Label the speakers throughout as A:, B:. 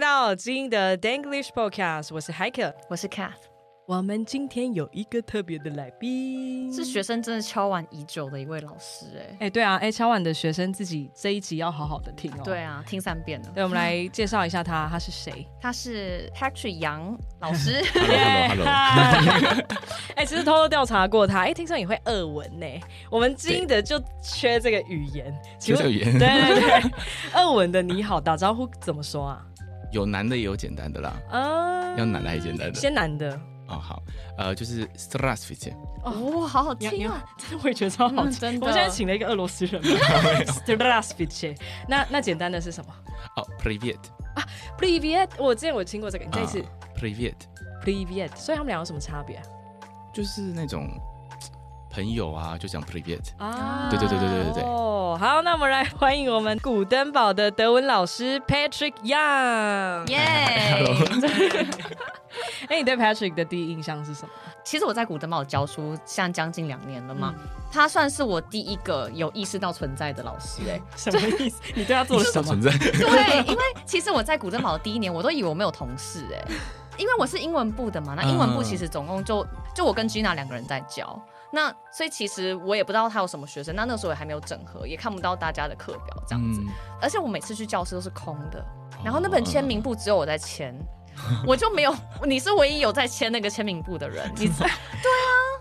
A: 到知音的 Danglish Podcast，我是 Hiker。
B: 我是 Cath，
A: 我们今天有一个特别的来宾，
B: 是学生真的敲碗已久的一位老师哎、
A: 哎、对啊，哎、敲碗的学生自己这一集要好好的听哦。
B: 对，啊，听三遍了。
A: 对，我们来介绍一下他，他是 谁？
B: 他是 Patrick 杨 老师，
A: 耶
C: Hello，Hello，Hello，
A: 哎，其实偷偷调查过他，哎、听说你会俄文呢、我们知音的就缺这个语言，
C: 其
A: 请
C: 实
A: 问，
C: 也
A: 对对 对，俄文的你好打招呼怎么说啊？
C: 有难的也有简单的啦，
A: 啊、
C: 要难的还简单的。
A: 先难的
C: 哦，好，呃，就是 s t r a s v i t
B: 哦，好好
A: 你
B: 听
A: 要
B: 啊！
A: 真的我也觉得超好
B: 嗯
A: 听。
B: 真
A: 我
B: 的
A: 现在请了一个俄罗斯 人 s t r a s v i c 那那简单的是什么
C: 哦 p r i v i e t
A: p r i v i e t 我之前我听过这个，你再一次
C: p r i v i e t
A: p r i v i e t 所以他们俩有什么差别啊
C: 就是那种朋友啊，就讲 p r i v i e t
A: 啊？
C: 对对对对对对对
A: 哦，好，那我们来欢迎我们古登堡的德文老师 Patrick Young。
B: 耶、
A: 哎，你对 Patrick 的第一印象是什么？
B: 其实我在古登堡教书，像将近两年了嘛，
A: 嗯
B: 他算是我第一个有意识到存在的老师哎、
A: 什么意思？ 你对他做了什么？
C: 在？
B: 对，因为其实我在古登堡的第一年，我都以为我没有同事哎、因为我是英文部的嘛，那英文部其实总共就就我跟 Gina 两个人在教。那所以其实我也不知道他有什么学生，那那时候也还没有整合，也看不到大家的课表这样子。
C: 嗯，哦
B: 而且我每次去教室都是空的，然后那本签名簿只有我在签，我就没有，你是唯一有在签那个签名簿的人，你是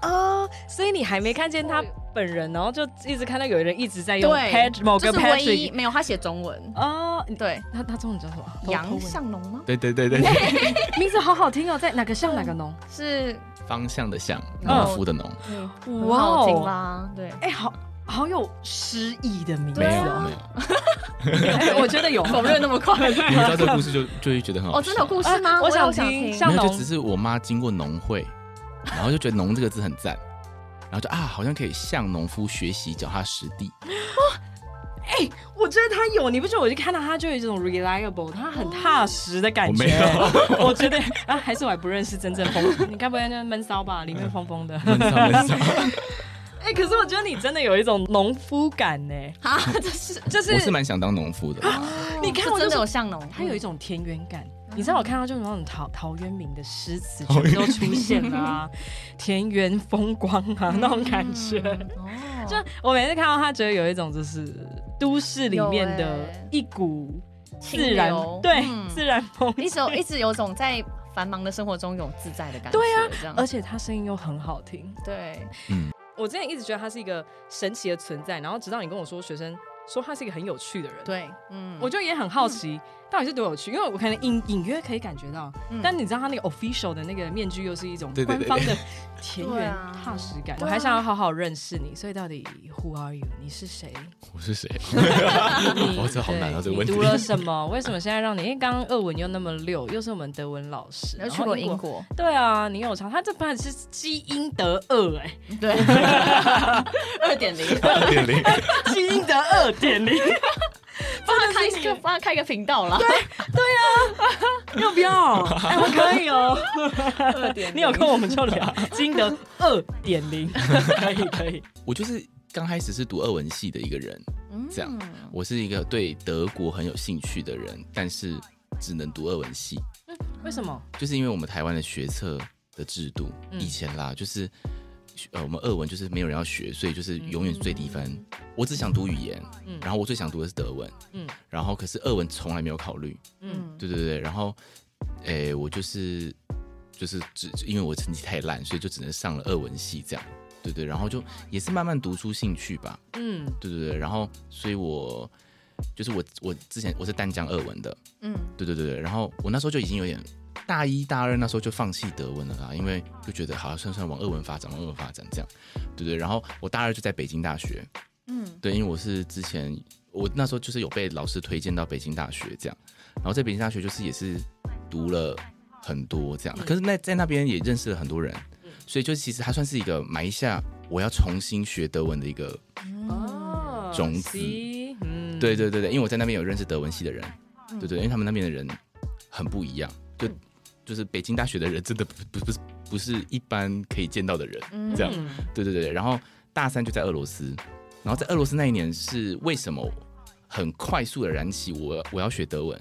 A: 哦，所以你还没看见他本人，然后就一直看到有人一直在用 p a
B: 对
A: t 某个
B: 就是唯一
A: 哦 Patrick。
B: 没有他写中文，
A: 哦，你
B: 对，
A: 他他中文叫什么？偷偷
B: 杨
A: 问
B: 向龙吗？
C: 哦对对对 对，对
A: 名字好好听哦，在哪个像哪个农？
B: 是，
C: 方向的向，
B: 嗯
C: 农夫的农，
B: 嗯，
A: 哇
B: 哇，
A: 哦
B: 好听啦，对，
A: 哎、好好有诗意的名字
B: 对
C: 没
B: 啊
C: 有没
A: 哦。
C: 有。
A: 哎 我觉得有
B: 否认那么快，
C: 你们知道这个故事就就会觉得很好
B: 哦，真的有
C: 笑
B: 故事吗？
A: 啊我想
B: 也想
A: 听
B: 听，
A: 像
C: 没有，
A: 农
C: 就只是我妈经过农会，然后就觉得“农”这个字很赞，然后就啊，好像可以向农夫学习脚踏实 地。
A: 我觉得他有，你不觉得？我就看到他就有一种 reliable，他很踏实的
C: 哦
A: 感觉。
C: 我
A: 我觉得啊，还是我还不认识真正风，你 该不会那闷骚吧？里
C: 嗯
A: 面疯疯的。
C: 闷骚闷骚
A: 哎、可是我觉得你真的有一种农夫感呢、
B: 啊，这是
A: 就是
C: 我是蛮想当农夫的啦。
A: 你看
B: 哦这
A: 我就
B: 真的
A: 说
B: 有像农，
A: 他有一
B: 嗯
A: 种田园感。你知道我看到就是那种陶陶渊明的诗词全部都出现了、 啊，田园风光啊那种感觉。
B: 嗯 哦，
A: 就我每次看到他，觉得有一种就是都市里面的
B: 有欸
A: 一股
B: 清
A: 自然，
B: 流
A: 对、
B: 嗯
A: 自然风。
B: 一直有一直有种在繁忙的生活中有自在的感觉，
A: 对
B: 啊，这样
A: 而且他声音又很好听，
B: 对，
A: 我之前一直觉得他是一个神奇的存在，然后直到你跟我说，学生说他是一个很有趣的人，，
B: 对，嗯，
A: 我就也很好
C: 嗯
A: 奇到底是多有趣，因为我可能隐隐约可以感觉到，
B: 嗯
A: 但你知道他那个 official 的那个面具又是一种
C: 对对
A: 官
C: 对
A: 方的田
B: 对
A: 园
B: 啊
A: 踏实感，
B: 对
A: 我
B: 啊
A: 还想要好好认识你，所以到底 Who are you？你是 谁？
C: 我是谁？
A: 你
C: 哇这好难啊
A: 对
C: 这个问题
A: 你读了什么？ 为什么现在让你？因为刚刚俄文又那么溜，又是我们德文老师，
B: 然后去
A: 然
B: 过
A: 后
B: 英。国，
A: 对啊，你有查，他这本是基因得二哎、
B: 嗯 对，二点零，
C: 二点零，
A: 基因得二点零，
B: 帮他开一个，帮他开一个频道啦，
A: 要不 要？哎、我可以哦。
B: 二点
A: 你有空我们就聊基因得二点 零，可以可以。
C: 我就是刚开始是读俄文系的一个人，
B: 嗯
C: 这样我是一个对德国很有兴趣的人，但是只能读俄文系，
A: 为什么？
C: 就是因为我们台湾的学测的制度，
A: 嗯
C: 以前啦，就是呃我们俄文就是没有人要学，所以就是永远是最低分。我只想读语言，
A: 嗯
C: 然后我最想读的是德文，
A: 嗯
C: 然后可是俄文从来没有考虑，
A: 嗯，
C: 对对对，然后，诶、我就是就是只因为我成绩太烂，所以就只能上了俄文系这样，对对，然后就也是慢慢读出兴趣吧，
A: 嗯
C: 对对对，然后所以我就是我我之前我是淡江俄文的，
B: 嗯，
C: 对对对对，然后我那时候就已经有点大一大二那时候就放弃德文了啦，因为就觉得好算算往俄文发展，往俄文发展这样，对对，然后我大二就在北京大学，
B: 嗯，
C: 对，因为我是之前我那时候就是有被老师推荐到北京大学这样，然后在北京大学就是也是读了很多这样，可是那在那边也认识了很多人，所以就其实它算是一个埋下我要重新学德文的一个，
B: 嗯
A: 哦
C: 种子
A: 西嗯
C: 对对对对，因为我在那边有认识德文系的人，
B: 嗯
C: 对对，因为他们那边的人很不一样，就
B: 嗯
C: 就是北京大学的人真的不不不是不是一般可以见到的人，
B: 嗯
C: 这样
A: 嗯
C: 对对对，然后大三就在俄罗斯，然后在俄罗斯那一年是为什么很快速的燃起我我要学德文，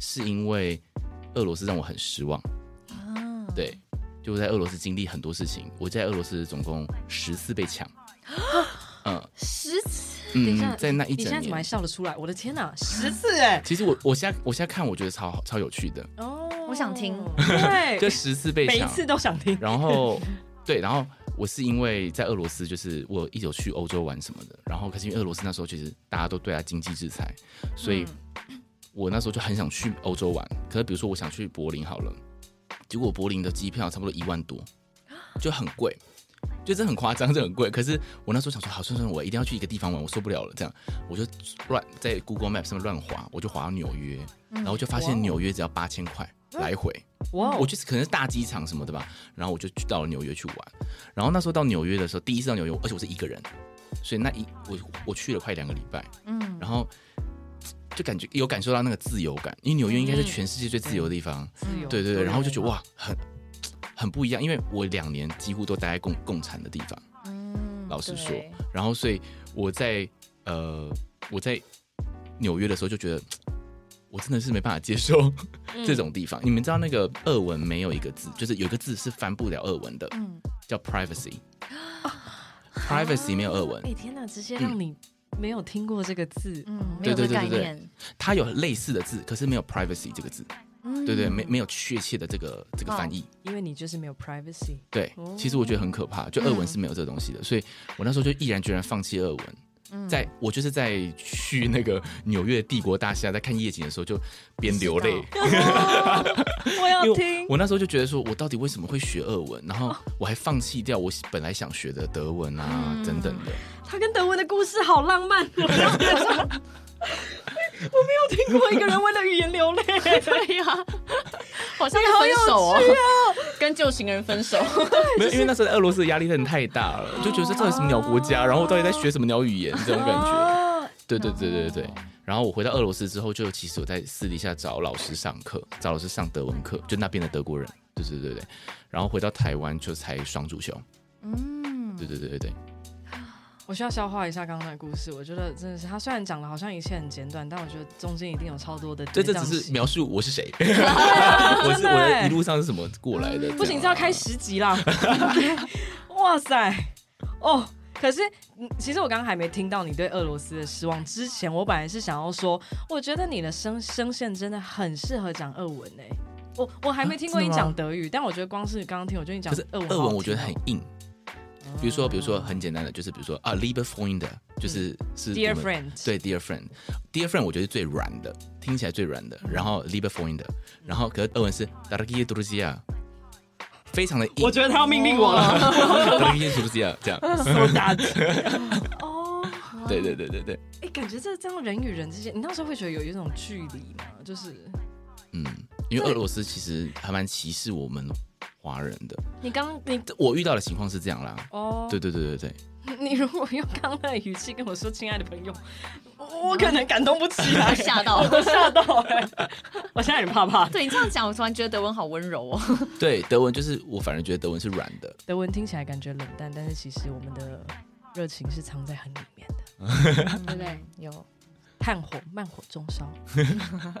C: 是因为俄罗斯让我很失望。
B: 啊，
C: 对，就我在俄罗斯经历很多事情，我在俄罗斯总共十次被抢。嗯
B: 十次
A: 啊等一下
C: 嗯，在那一
A: 你现在
C: 整
A: 怎么还
C: 年，
A: 笑得出来？我的天哪，十次哎！
C: 其实我我现在我现在看，我觉得超好超有趣的，
A: 哦，
B: 我想听
A: 对，
C: 这十次被
A: 每一
C: 抢，
A: 次都想听。
C: 然后对，然后我是因为在俄罗斯，就是我一直有去欧洲玩什么的，然后可是因为俄罗斯那时候其实大家都对他经济制裁，所以
A: 嗯
C: 我那时候就很想去欧洲玩。可是比如说我想去柏林好了，结果柏林的机票差不多一万多，就很贵。就这很夸张，这很贵。可是我那时候想说，好，算算，我一定要去一个地方玩，我受不了了。这样，我就乱在 Google Map 上面乱滑，我就滑到纽约，然后就发
A: 哇哦
C: 现纽约只要八千块来回。
A: 哇
C: 我
A: 哦，
C: 就是可能是大机场什么的吧，然后我就去到了纽约去玩。然后那时候到纽约的时候，第一次到纽约，而且我是一个人，所以那一我我去了快两个礼拜，
B: 嗯，
C: 然后就感觉有感受到那个自由感，因为纽约应该是全世界最自由的地方，
A: 自由
C: 对对对，然后就觉得
A: 哇，
C: 哇，很很不一样，因为我两年几乎都待在共共产的地方，
B: 嗯
C: 老实说
B: 对
C: 然后所以我在呃我在纽约的时候就觉得。我真的是没办法接受
B: 嗯
C: 这种地方。你们知道那个俄文没有一个字，就是有一个字是翻不了俄文的，
B: 嗯，啊
C: 叫 privacy。privacy 没有俄文
A: 哎，天哪，直接让你没有听过这个字，
B: 嗯，没有这
C: 对对对
B: 个概
C: 对对
B: 念，
C: 它有类似的字，可是没有 privacy 这个字，
B: 嗯哦
C: 对对，没没有确切的这个这个翻译。
A: 因为你就是没有 privacy。
C: 对
A: 哦，
C: 其实我觉得很可怕，就俄文是没有这个东西的，所以我那时候就毅然决然放弃俄
A: 嗯
C: 文。在我就是在去那个纽约帝国大厦在看夜景的时候，就边流泪，
A: 我要
C: 因
A: 听哦
C: 为我那时候就觉得说，我到底为什么会学俄文？然后我还放弃掉我本来想学的德文啊
A: 嗯
C: 等等的。
A: 他跟德文的故事好浪漫， 我没有听过一个人为了语言 流泪。
B: 对 呀，好像
A: 你好
B: 分
A: 有
B: 手哦，跟旧情人分手，
C: 没有，因为那时候在俄罗斯的压力真的太大了，就觉得这到底什么鸟国家，然后我到底在学什么鸟语言这种感觉。
A: 哦
C: 对对对对对。然后我回到俄罗斯之后，就其实我在私底下找老师上课，找老师上德文课，就那边的德国人。对对对对。然后回到台湾就才双主修。
B: 嗯，
C: 对对对对对。
A: 我需要消化一下刚刚的故事，我觉得真的是他虽然讲的好像一切很简短，但我觉得中间一定有超多的
C: 这
A: 跌
C: 这
A: 宕
C: 只
A: 起
C: 是描述我是 谁，我是我的一路上是怎么过来的。
A: 不行，
C: 这
A: 这
C: 样
A: 要
C: 啊
A: 开。十集 啦！哇塞，哦，可是嗯其实我刚刚还没听到你对俄罗斯的失望之前，我本来是想要说，我觉得你的声声线真的很适合讲俄文诶、我我还没听过
C: 啊
A: 你
C: 真的吗
A: 讲德语，但我觉得光是刚刚听，我觉得你讲
C: 可是
A: 俄文好好听
C: 俄
A: 哦，
C: 文我觉得很硬。比如说，比如说很简单的，就是比如说啊，liebe Freunde，就是是
A: Dear
C: 我们
A: friend
C: 对，Dear Friend，Dear Friend 我觉得是最软的，听起来最软的。然
A: 嗯
C: 后 Liebe Freunde，然后可是俄文是 Dargie d r u z i a 非常的硬。
A: 我觉得他要命令我 了，
C: 得 Dargie d r u z i a 这样，
A: 手打字哦。
C: 对对对对对，
A: 哎、感觉这这样人与人之间，你那时候会觉得有一种距离吗？就是
C: 嗯，因为俄罗斯其实还蛮歧视我们华人的。
A: 你刚你
C: 我遇到的情况是这样啦，
A: 哦，
C: 对对对对对，
A: 你如果用刚刚的语气跟我说“亲爱的朋友”，我我可能感动不起来，
B: 吓到
A: 我都吓到哎、 我现在有点怕怕。
B: 对你这样讲，我突然觉得德文好温柔哦。
C: 对德文就是我反而觉得德文是软的，
A: 德文听起来感觉冷淡，但是其实我们的热情是藏在很里面的，
B: 对不 对？有，
A: 炭火慢火中烧，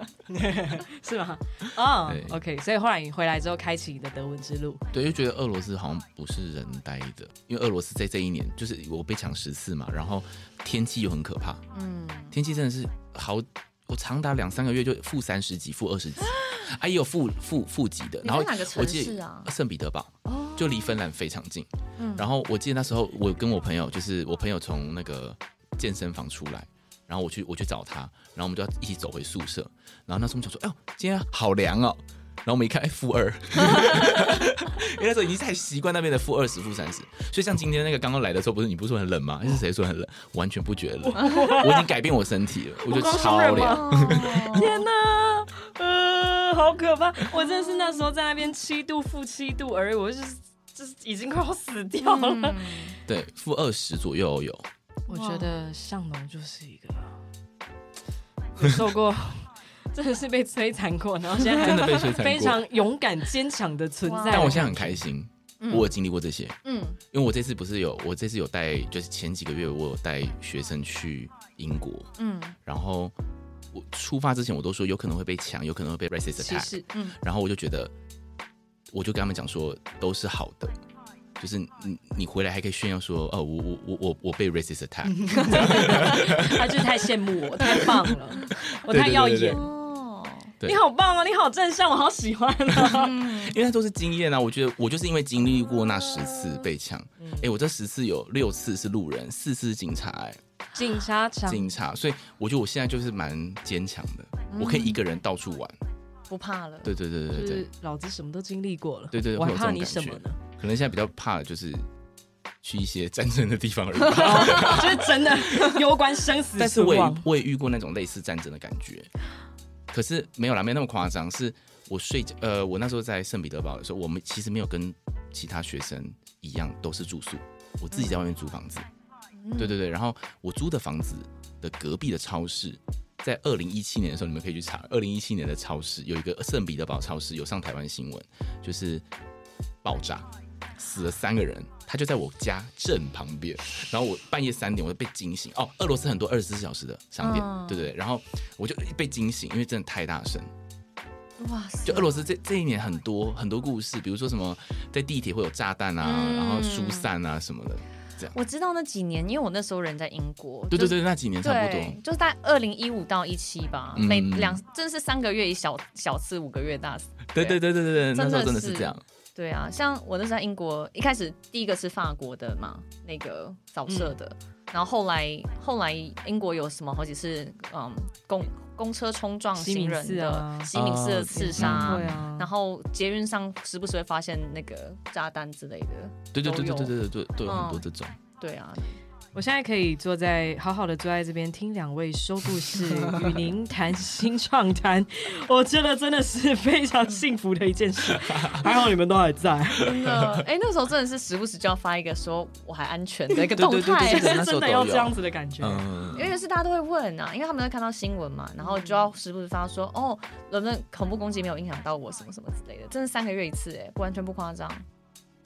A: 是吗？啊、
C: 对
A: o k 所以后来你回来之后，开启你的德文之路，
C: 对，就觉得俄罗斯好像不是人待的，因为俄罗斯在这一年就是我被抢十次嘛，然后天气又很可怕，
B: 嗯，
C: 天气真的是好，我长达两三个月就负三十几、负 二十几，哎，也有负负负几的。
B: 你
C: 然后
B: 在哪个
C: 我
B: 城
C: 记
B: 市
C: 得
B: 啊？
C: 圣彼得堡
B: 哦，
C: 就离芬兰非常近。
B: 嗯
C: 然后我记得那时候我跟我朋友，就是我朋友从那个健身房出来。然后我去我去找他，然后我们就要一起走回宿舍。然后那时候我们想说，哎呦，今天好凉哦。然后我们一看，哎，负 二，因为那时候已经太习惯那边的负二十、负三十。所以像今天那个刚刚来的时候，不是你不是说很冷吗？是谁说很冷？完全不觉得 冷，我已经改变我身体了，我觉得
A: 我光
C: 超
A: 说人
C: 凉
A: 吗。
B: 哦
A: 天哪， 呃，好可怕！我真的是那时候在那边七度负七度而已，我就是就是已经快要死掉了。
C: 对，负二十左右有。
A: 我
B: 哇
A: 觉得向农就是一个有受过，真的是被摧残过，然后现在
C: 真的被摧残过
A: 非常勇敢坚强的存在。
C: 但我现在很开心，
B: 嗯
C: 我有经历过这些，
B: 嗯
C: 因为我这次不是有，我这次有带，就是前几个月我有带学生去英国，
B: 嗯
C: 然后我出发之前我都说有可能会被抢，有可能会被 racist
A: 歧
C: attack，
A: 视，
B: 嗯，
C: 然后我就觉得，我就跟他们讲说都是好的。就是你，你回来还可以炫耀说，哦，我我我我我被 racist attack，
A: 他就是太羡慕我，太棒了，我太
C: 对对对
A: 耀
C: 对
A: 眼
C: 对，
B: 哦，
C: 对
A: 你好棒哦，你好正向，我好喜欢哦。
B: 嗯，
C: 因为那都是经验啊。我觉得我就是因为经历过那十次被抢，
A: 嗯
C: 哎、我这十次有六次是路人，四次是警察、哎，
A: 警察长
C: 警察，所以我觉得我现在就是蛮坚强的，我可以一个人到处玩。
B: 不怕了。
C: 对对对
A: 嗯就
C: 对对
A: 是，老子什么都经历过了，
C: 对对对
A: 我还
C: 会有
A: 怕
C: 这种
A: 你
C: 感
A: 什
C: 觉
A: 么呢？
C: 可能现在比较怕的就是去一些战争的地方而已吧。
A: 哦就是真的 攸关生死
C: 但是
A: 存
C: 我
A: 亡
C: 也。我也遇过那种类似战争的感觉，可是没有啦，没那么夸张。是我睡觉，呃，我那时候在圣彼得堡的时候，我们其实没有跟其他学生一样都是住宿，我自己在外面租房子。对对对，然后我租的房子的隔壁的超市，在二零一七年的时候，你们可以去查，二零一七年的超市有一个圣彼得堡超市有上台湾新闻，就是爆炸。死了三个人，他就在我家正旁边。然后我半夜三点，我就被惊醒。哦，俄罗斯很多二十四小时的商店，
B: 嗯
C: 对对对。然后我就被惊醒，因为真的太大声。
B: 哇塞，
C: 就俄罗斯这这一年很多很多故事，比如说什么在地铁会有炸弹啊，
B: 嗯
C: 然后疏散啊什么的。
B: 我知道那几年，因为我那时候人在英国，
C: 对
B: 就
C: 对
B: 是
C: 对，那几年差不多
B: 对，。就是在二零一五到一七吧，
C: 嗯
B: 每两真是三个月一小小次，五个月大次。
C: 对对对对对对，
B: 真的
C: 那时候真的是
B: 是
C: 这样。
B: 对啊，像我那时候在英国，一开始第一个是法国的嘛，那个扫射的，然后后来后来英国有什么好几次，嗯，公公车冲撞
A: 西
B: 行
A: 敏
B: 人
A: 寺啊
B: 的，西敏寺的
C: 哦
B: 刺杀啊、
A: 对啊，
B: 然后捷运上时不时会发现那个炸弹之类的。
C: 对对对
B: 都
C: 对
B: 有
C: 对对对对，都有很多
B: 嗯
C: 这种。
B: 对啊，
A: 我现在可以坐在好好的坐在这边听两位说故事，与您谈心畅谈，我觉得真的是非常幸福的一件事。还好你们都还在，
B: 真的， 哎、那时候真的是时不时就要发一个说我还安全的一个
C: 对
B: 动
C: 对对
B: 态，
C: 对对对
A: 是真的要这样子的感觉。
C: 嗯，
B: 因为是大家都会问啊，因为他们会看到新闻嘛，然后就要时不时发说，哦，能不能恐怖攻击没有影响到我什么什么之类的，真是三个月一次哎、不完全不夸张。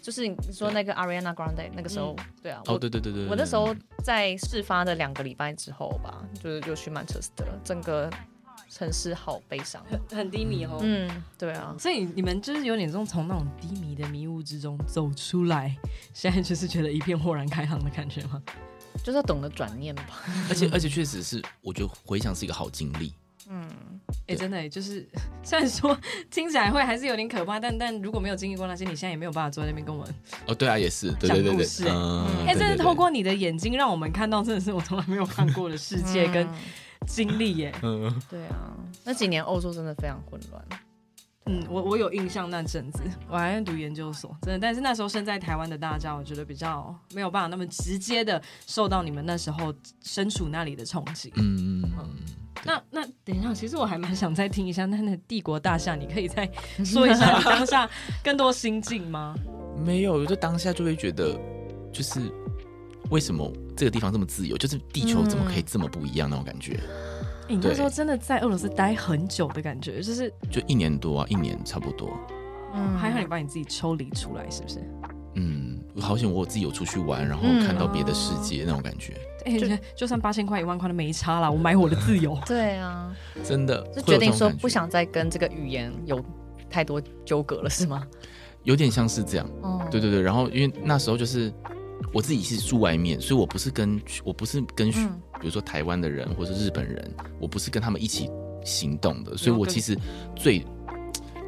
B: 就是你说那个 Ariana Grande 那个时候，嗯对啊，我、
C: 哦对对对对，对
B: 我那时候在事发的两个礼拜之后吧，就是就去曼彻斯特，整个城市好悲伤。
A: 很低迷哦。
B: 嗯，对啊，
A: 所以你们就是有点这种从那种低迷的迷雾之中走出来，现在就是觉得一片豁然开朗的感觉吗？
B: 就是要懂得转念吧。
C: 而且而且确实是，我觉得回想是一个好经历。
A: 哎、
C: 对
A: 真的、欸，就是 虽然说听起来会还是有点可怕，但但如果没有经历过那些，你现在也没有办法坐在那边跟我们。
C: 哦，对啊，也是，对
A: 讲
C: 对对
A: 故
C: 对
A: 事，
C: 嗯，
A: 哎、
C: 对
A: 真的
C: 对
A: 透
C: 对
A: 过你的眼睛，让我们看到真的是我从来没有看过的世界跟
C: 嗯
A: 经历耶、
B: 对啊，那几年欧洲真的非常混乱。
A: 嗯，我我有印象那阵子，我还在读研究所，真的。但是那时候身在台湾的大家，我觉得比较没有办法那么直接的受到你们那时候身处那里的冲击。
C: 嗯嗯嗯，
A: 那那等一下，其实我还蛮想再听一下那那帝国大厦，你可以再说一下你当下更多心境吗？
C: 嗯没有，就当下就会觉得，就是为什么这个地方这么自由，就是地球怎么
B: 嗯
C: 可以这么不一样那种感觉？
A: 欸你那
C: 对
A: 时候真的在俄罗斯待很久的感觉，就是
C: 就一年多啊，一年差不多。
B: 嗯
A: 还好你把你自己抽离出来，是不是？
C: 嗯，好险我自己有出去玩，然后
B: 嗯
C: 看到别的世界那种感觉，
A: 哎、就就算八千块、一万块都没差啦，我买我的自 由。
B: 对啊，
C: 真的
B: 就
C: 会
B: 决
C: 有这
B: 定
C: 种
B: 说
C: 感觉
B: 不，想再跟这个语言有太多纠葛了，是吗？
C: 有点像是这样。
B: 哦，
C: 对对对，然后因为那时候就是我自己是住外面，所以我不是跟我不是跟、
B: 嗯
C: 比如说台湾的人或是日本人，我不是跟他们一起行动的，所以
A: 了
C: 我
A: 解
C: 其实最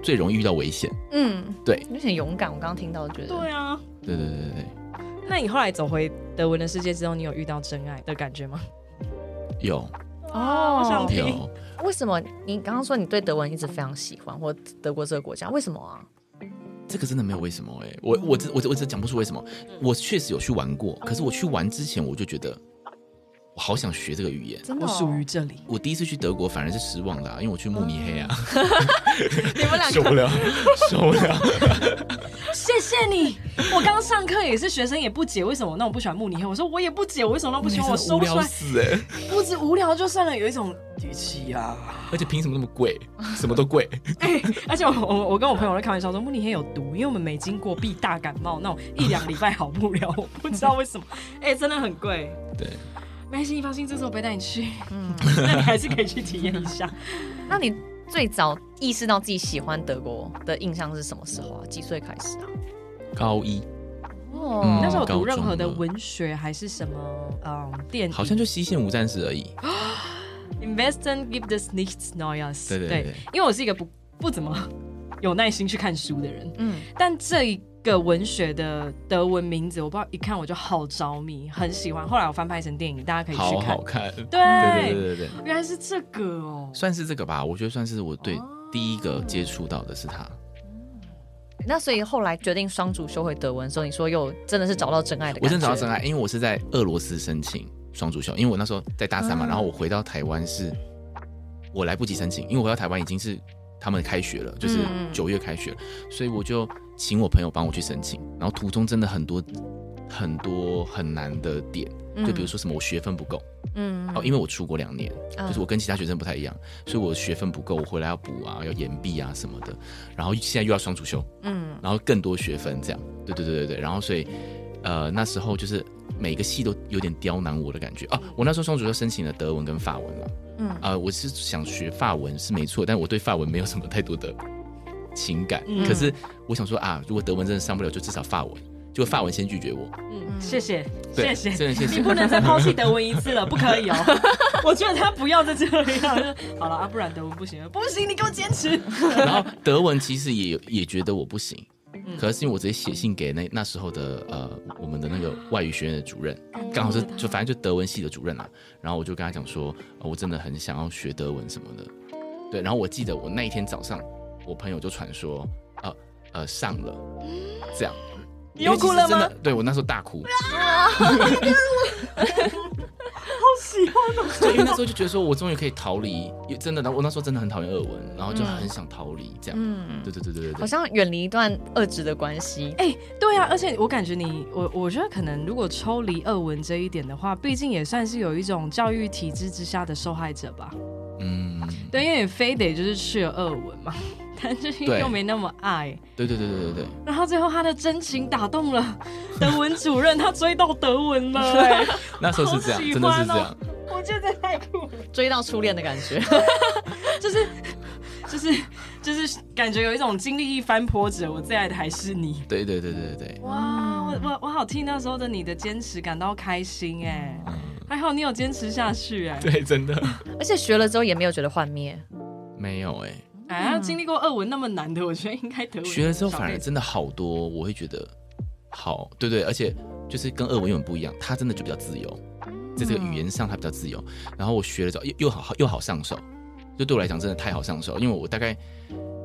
C: 最容易遇到危险。
B: 嗯，
C: 对，
B: 有点勇敢。我刚刚听到觉得，
A: 对啊，
C: 对对对对对。
A: 那你后来走回德文的世界之后，你有遇到真爱的感觉吗？
C: 有
B: 哦，
A: 啊我想听
C: 有，
B: 为什么你刚刚说你对德文一直非常喜欢，或德国这个国家，为什么啊？
C: 这个真的没有为什么哎、我我只我只我只讲不出为什么。
B: 嗯
C: 我确实有去玩过，可是
B: 哦
C: 我去玩之前我就觉得我好想学这个语言。
B: 真的
A: 我
B: 哦、
A: 属于这里，
C: 我第一次去德国反而是失望的、啊，因为我去慕尼黑啊，
B: 哦 你们两
C: 受不
B: 个，
C: 了，受不了。
A: 谢谢你。我刚上课也是，学生也不解为什么我那种不喜欢慕尼黑，我说我也不解，我为什么那么不喜欢，我
C: 真的
A: 说
C: 无
A: 不出
C: 聊
A: 来，
C: 死哎、
A: 不止无聊就算了，有一种底气呀。
C: 而且凭什么那么贵？什么都贵。
A: 而且我我我跟我朋友在开玩笑说慕尼黑有毒，因为我们没经过必大感冒那种一两礼拜好不了，我不知道为什么。哎、真的很贵。
C: 对，
A: 没关系，你放心，这次我不会带你去，
B: 嗯，
A: 那你还是可以去体验一下。
B: 那你最早意识到自己喜欢德国的印象是什么时候啊？几岁开始啊？
C: 高一
B: 哦
C: 嗯
A: 那时候有
C: 高
A: 读
C: 中
A: 任何的
C: 了
A: 文学还是什么，嗯，电影
C: 好像就西线无战事而已。
A: Investment give us nichts Neues。
C: 对对对对
A: 因为我是一个不不怎么 有耐心去看书的人，
B: 嗯，
A: 但这一个文学的德文名字，我不知道一看我就好着迷，很喜欢。后来我翻拍成电影，大家可以去
C: 好
A: 看
C: 好。看。对
A: 对
C: 对对对对，
A: 原来是这个哦。
C: 算是这个吧，我觉得算是我对第一个接触到的是他。
B: 那所以后来决定双主修回德文的时候，你说又真的是找到真爱的感觉，
C: 我真的找到真爱，因为我是在俄罗斯申请双主修，因为我那时候在大三嘛，然后我回到台湾是，我来不及申请，因为我回到台湾已经是他们开学了，就是
B: 嗯
C: 九月开学，所以我就请我朋友帮我去申请，然后途中真的很多很多很难的点，
B: 嗯，
C: 就比如说什么我学分不够，
B: 嗯，嗯
C: 哦，因为我出国两年，
B: 嗯
C: 就是我跟其他学生不太一样，所以我学分不够，我回来要补啊，要延毕啊什么的，然后现在又要双主修，
B: 嗯
C: 然后更多学分这样。对对对对对，然后所以呃那时候就是每个系都有点刁难我的感觉啊。我那时候双主修申请了德文跟法文了，
B: 嗯
C: 啊、我是想学法文是没错，但我对法文没有什么太多的情感。
A: 嗯
C: 可是我想说啊，如果德文真的上不了，就至少法文。结果法文先拒绝我，
A: 嗯，谢谢，
C: 对，
A: 谢谢。
C: 真的谢谢
A: 你。不能再抛弃德文一次了，不可以 哦！我觉得他不要再这样。 好了啊，不然德文不行了，不行，你给我坚持。
C: 然后德文其实也也觉得我不行，可是因为我直接写信给那那时候的呃我们的那个外语学院的主任，刚好是就反正就德文系的主任啦。然后我就跟他讲说、呃我真的很想要学德文什么的。对，然后我记得我那一天早上，我朋友就传说呃呃上了，这样。
A: 你又哭了
C: 因为其实
A: 吗啊
C: 真的？对我那时候大哭，
A: 喜欢哦
C: 就因为那时候就觉得说我终于可以逃离，也真的，然后我那时候真的很讨厌俄文，然后
A: 嗯
C: 就很想逃离这样。
B: 嗯，
C: 对对对对对
B: 好
C: 对，
B: 像远离一段恶质的关系，
A: 哎、对啊，而且我感觉你，我我觉得可能如果抽离二文这一点的话，毕竟也算是有一种教育体制之下的受害者吧。
C: 嗯，
A: 对，因为你非得就是去了二文嘛， 但就是
C: 对
A: 又没那么爱，
C: 对对对对对对。
A: 然后最后他的真情打动了德文主任，他追到德文了、哎，
C: 那时候是这样，
A: 好喜
C: 真的是
A: 欢
C: 这样
A: 哦。 我觉得太酷了，
B: 追到初恋的感觉，
A: 就是就是就是感觉有一种经历一番波折，我最爱的还是你。
C: 对对对对对对，
A: 哇，我我我好替那时候的你的坚持感到开心哎、
C: 嗯
A: 还好你有坚持下去哎、
C: 对，真的
B: 而且学了之后也没有觉得幻灭，
C: 没有哎、
A: 哎，要经历过二文那么难的，我觉得应该德文
C: 学了之后
A: 小
C: 反而
A: 妹子
C: 真的好多，我会觉得好，对对，而且就是跟俄文有点不一样，它真的就比较自由，在
A: 嗯
C: 这个语言上它比较自由。然后我学了之后又又好又好上手，就对我来讲真的太好上手，因为我大概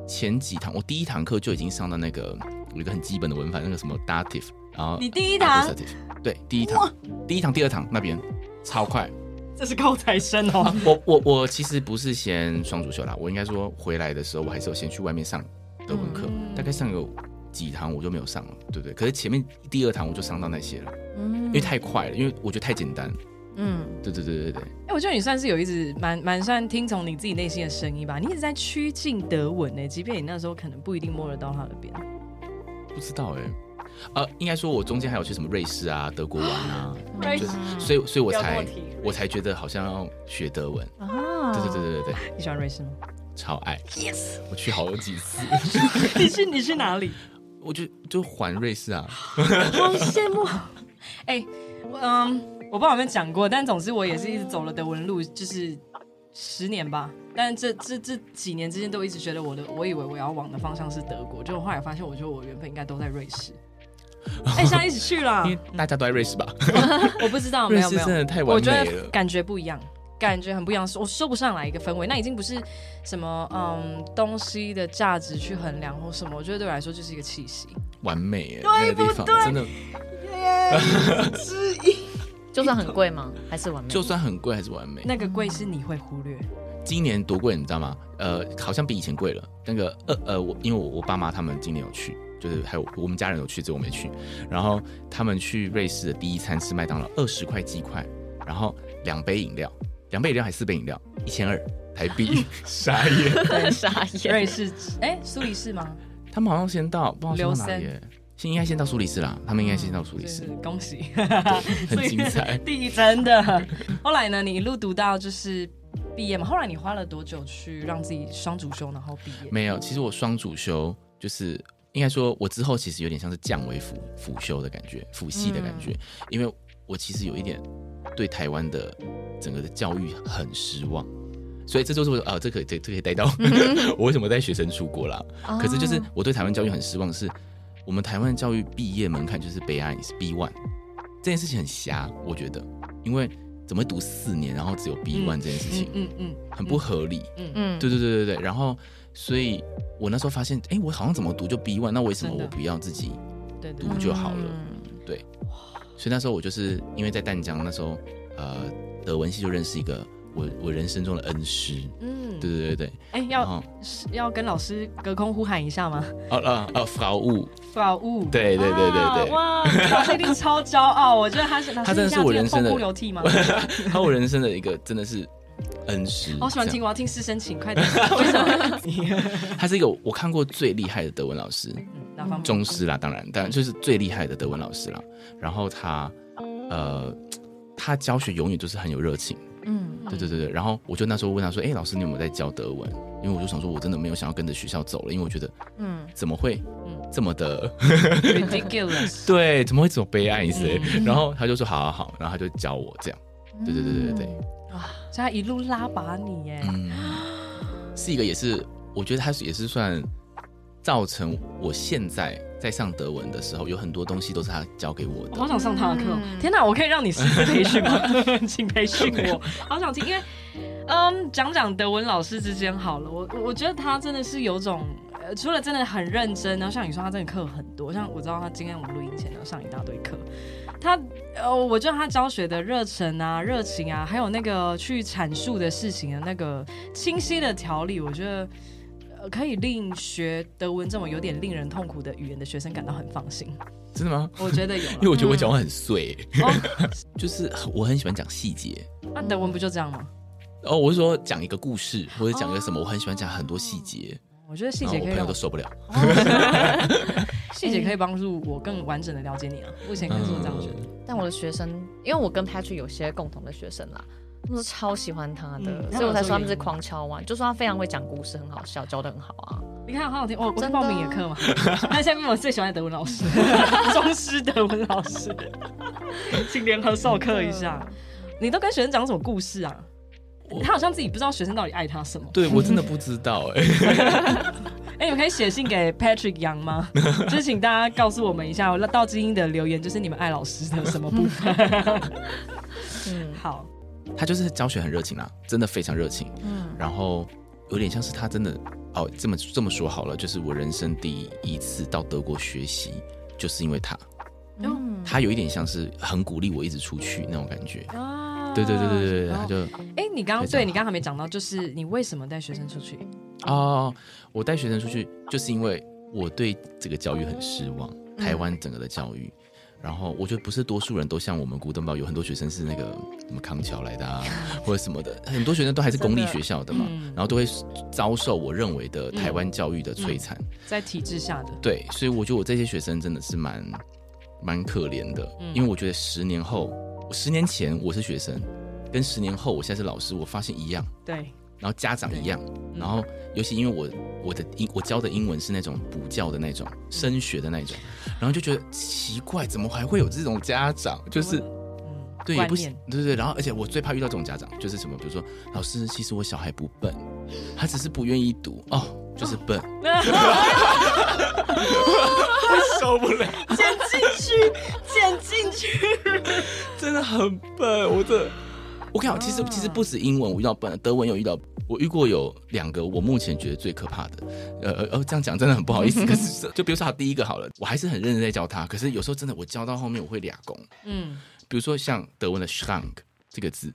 C: 前几堂我第一堂课就已经上到那个有一个很基本的文法，那个什么 dative，然后
A: 你第一堂
C: accusative 对第一堂第一堂第二堂那边超快。
A: 这是高材生哦。
C: 啊我我我其实不是先双主修啦，我应该说回来的时候，我还是有先去外面上德文课，
A: 嗯
C: 大概上有几堂我就没有上了，对不对？可是前面第二堂我就上到那些了，
B: 嗯
C: 因为太快了，因为我觉得太简单。
B: 嗯，
C: 对对对对对，
A: 哎、我觉得你算是有一直蛮蛮算听从你自己内心的声音吧，你一直在趋近德文呢、即便你那时候可能不一定摸得到他的边。
C: 不知道哎、呃，应该说我中间还有去什么瑞士啊、德国玩啊，就是所以所以我
A: 不要跟
C: 才
A: 我提
C: 我才觉得好像要学德文。
B: 啊，
C: 对对对对对对，
A: 你喜欢瑞士吗？
C: 超爱，yes，我去好几次，
A: 你去你去哪里？
C: 我就就环瑞士啊，
A: 好羡慕。 哎、我嗯，我不知道有没有讲过，但总之我也是一直走了德文路，就是十年吧。但这这这几年之间都一直觉得我的，我以为我要往的方向是德国，就后来发现，我觉得我原本应该都在瑞 士。哎、现在一起去了
C: 因，为大家都在瑞士吧？
A: 我不知道，没
C: 瑞
A: 有
C: 士
A: 没有
C: 真，的太
A: 我
C: 完
A: 觉
C: 美
A: 得
C: 了。
A: 感觉不一样，感觉很不一样。我说不上来一个氛围，那已经不是什么嗯东西的价值去衡量或什么，我觉得对我来说就是一个气息。
C: 完美耶，那个地方真的，
B: 就算很贵吗？还是完美？
C: 就算很贵还是完美。
A: 那个贵是你会忽略，
C: 今年多贵你知道吗？呃，好像比以前贵了。那个呃呃，我因为我我爸妈他们今年有去，就是还有我们家人有去，只有我没去。然后他们去瑞士的第一餐吃麦当劳，二十块鸡块，然后两杯饮料，两杯饮料还是四杯饮料，一千二台币，傻 眼。
B: 傻眼，
A: 瑞士哎、苏黎世吗？
C: 他们好像先到，不知道先到哪里耶。现应该先到苏黎世啦，他们应该先到苏黎
A: 真
C: 世
A: 是，恭喜，
C: 很精 彩。
A: 第一真的。后来呢，你一路读到就是毕业嘛，后来你花了多久去让自己双主修，然后毕业？
C: 没有，其实我双主修就是应该说，我之后其实有点像是降为辅辅修的感觉，辅系的感觉，
A: 嗯
C: 因为我其实有一点对台湾的整个的教育很失望。所以这就是我啊，这可以这这可以带到
A: 嗯
C: 我为什么带学生出国啦。
B: 哦
A: 哦
C: 可是就是我对台湾教育很失望是，我们台湾教育毕业门槛就是北安也是 B one，这件事情很瞎，我觉得，因为怎么会读四年然后只有 B one 这件事情、
A: 嗯嗯
C: 很不合理。
A: 嗯嗯，
B: 嗯，
C: 对对对对对。然后，所以我那时候发现，哎，我好像怎么读就 B one，那为什么
A: 真的
C: 我不要自己？
A: 对对
C: 读就好了
B: 嗯
C: 所以那时候我就是因为在淡江，那时候呃德文系就认识一个我我人生中的恩师。
A: 嗯，
C: 对对对对，
A: 哎，
C: 然
A: 要
C: 后
A: 是要跟老师隔空呼喊一下吗？
C: 哦哦哦，法务，
A: 法务。
C: 对对对对对，
A: 啊哇，老师一定超骄傲！我觉得他是老师，
C: 他真的是我人生的
A: 痛哭流涕 吗？
C: 他我人生的一个真的是恩师。
A: 好喜欢
C: 这样
A: 听，我要听师生情，快 点！为什么？
C: 他是一个我看过最厉害的德文老师，
A: 哪方面？
C: 中师啦，当然，当然就是最厉害的德文老师啦。然后他呃，他教学永远都是很有热情。
B: 嗯
C: 对对对对，然后我就那时候问他说：“哎、老师，你有没有在教德文？”因为我就想说，我真的没有想要跟着学校走了，因为我觉得
B: 嗯，
C: 怎么会
A: 嗯
C: 这么的、
A: ，ridiculous。
C: 对，怎么会这么悲哀一些？
A: 嗯
C: 然后他就说：“好好好。”然后他就教我这样，
B: 嗯
C: 对对对对对对，
A: 所以他一路拉拔你耶，
C: 嗯，是一个也是，我觉得他是也是算造成我现在在上德文的时候，有很多东西都是他教给我
A: 我
C: 的。
A: 好想上他的课哦。
B: 嗯
A: 天哪，我可以让你师资培训吗？请培训我，好想听。因为，嗯，讲讲德文老师之间好了，我我觉得他真的是有种。呃除了真的很认真，然后像你说，他真的课很多，像我知道他今天我们录音前要上一大堆课，他呃，我觉得他教学的热忱啊、热情啊，还有那个去阐述的事情的那个清晰的条理，我觉得。呃可以令学德文这种有点令人痛苦的语言的学生感到很放心，
C: 真的吗？
A: 我觉得有啦。
C: 因为我觉得我讲话很碎、
A: 哦，
C: 就是我很喜欢讲细节。
A: 那德文不就这样吗？
C: 哦，我是说讲一个故事或者讲一个什么，我很喜欢讲很多细节，
A: 我觉得细
C: 然后
A: 节
C: 我
A: 可以
C: 朋友
A: 让
C: 都受不了。
A: 细节可以帮助我更完整的了解你啊。目前看是我这
C: 嗯
A: 样觉得。
B: 但我的学生，因为我跟 Patrick 有些共同的学生啦，他们都超喜欢他的，
A: 嗯
B: 所以我才说他们是狂敲完，就说他非常会讲故事，很好笑，教的很好啊。
A: 你看，好好听。我我去
B: 真的
A: 报名你的课嘛。 那下面我最喜欢的德文老师，中师德文老师，请联合授课一下。你都跟学生讲什么故事啊？
C: 我
A: 他好像自己不知道学生到底爱他什么。
C: 对我真的不知 道哎、
A: 哎、你们可以写信给 Patrick 杨 吗？就是请大家告诉我们一下，到基因的留言就是你们爱老师的什么部分。
B: 嗯
A: 好，
C: 他就是教学很热情啦，啊真的非常热情。
B: 嗯
C: 然后有点像是他真的哦，这么这么说好了，就是我人生第一次到德国学习，就是因为他，
A: 哦
B: 嗯，
C: 他有一点像是很鼓励我一直出去那种感觉。
A: 啊
C: 对对对对对对，他就
A: 哎、你刚刚
C: 非常
A: 对你刚刚还没讲到，就是你为什么带学生出去？
C: 哦，我带学生出去，就是因为我对这个教育很失望，台湾整个的教育。然后我觉得不是多数人都像我们古登堡有很多学生是那个什么康桥来的啊，或者什么的，很多学生都还是公立学校的嘛，然后都会遭受我认为的台湾教育的摧残。
A: 在体制下的，
C: 对，所以我觉得我这些学生真的是蛮蛮可怜的，因为我觉得十年后，十年前我是学生，跟十年后我现在是老师，我发现一样。
A: 对，
C: 然后家长一样，
A: 嗯
C: 然后尤其因为我我的英我教的英文是那种补教的那种升学的那种，
A: 嗯
C: 然后就觉得奇怪，怎么还会有这种家长？就是
A: 嗯，
C: 对也
A: 观
C: 不
A: 念
C: 行，对对对。然后而且我最怕遇到这种家长，就是什么，比如说老师，其实我小孩不笨，他只是不愿意读哦，就是 笨， 受不了，
A: 剪进去，剪进去，
C: 真的很笨，我这。啊我跟你讲，其实其实不止英文我遇到笨，德文有遇到，我遇过有两个我目前觉得最可怕的，呃呃呃，这样讲真的很不好意思，可是就比如说他第一个好了，我还是很认真在教他，可是有时候真的我教到后面我会俩拱，
A: 嗯，
C: 比如说像德文的 schrank 这个字，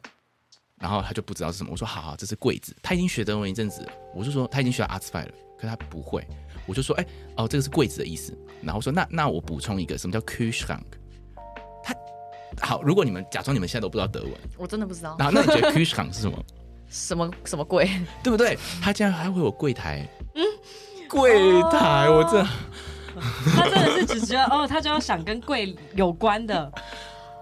C: 然后他就不知道是什么，我说好好，这是柜子，他已经学德文一阵子了，我就说他已哎经学到 a r t s f i 了，可他不会，我就说哎、哦这个是柜子的意思，然后我说那那我补充一个什么叫 k u s h r a n k 他好，如果你们假装你们现在都不知道德文，
B: 我真的不知道
C: 然后那你觉得 k u s h r a n k 是 什么？
B: 什么什么鬼，哦
C: 对不对？他竟然还会有柜台，嗯，柜台，我真的，
A: 他真的是只知道哦，他就要想跟贵有关的。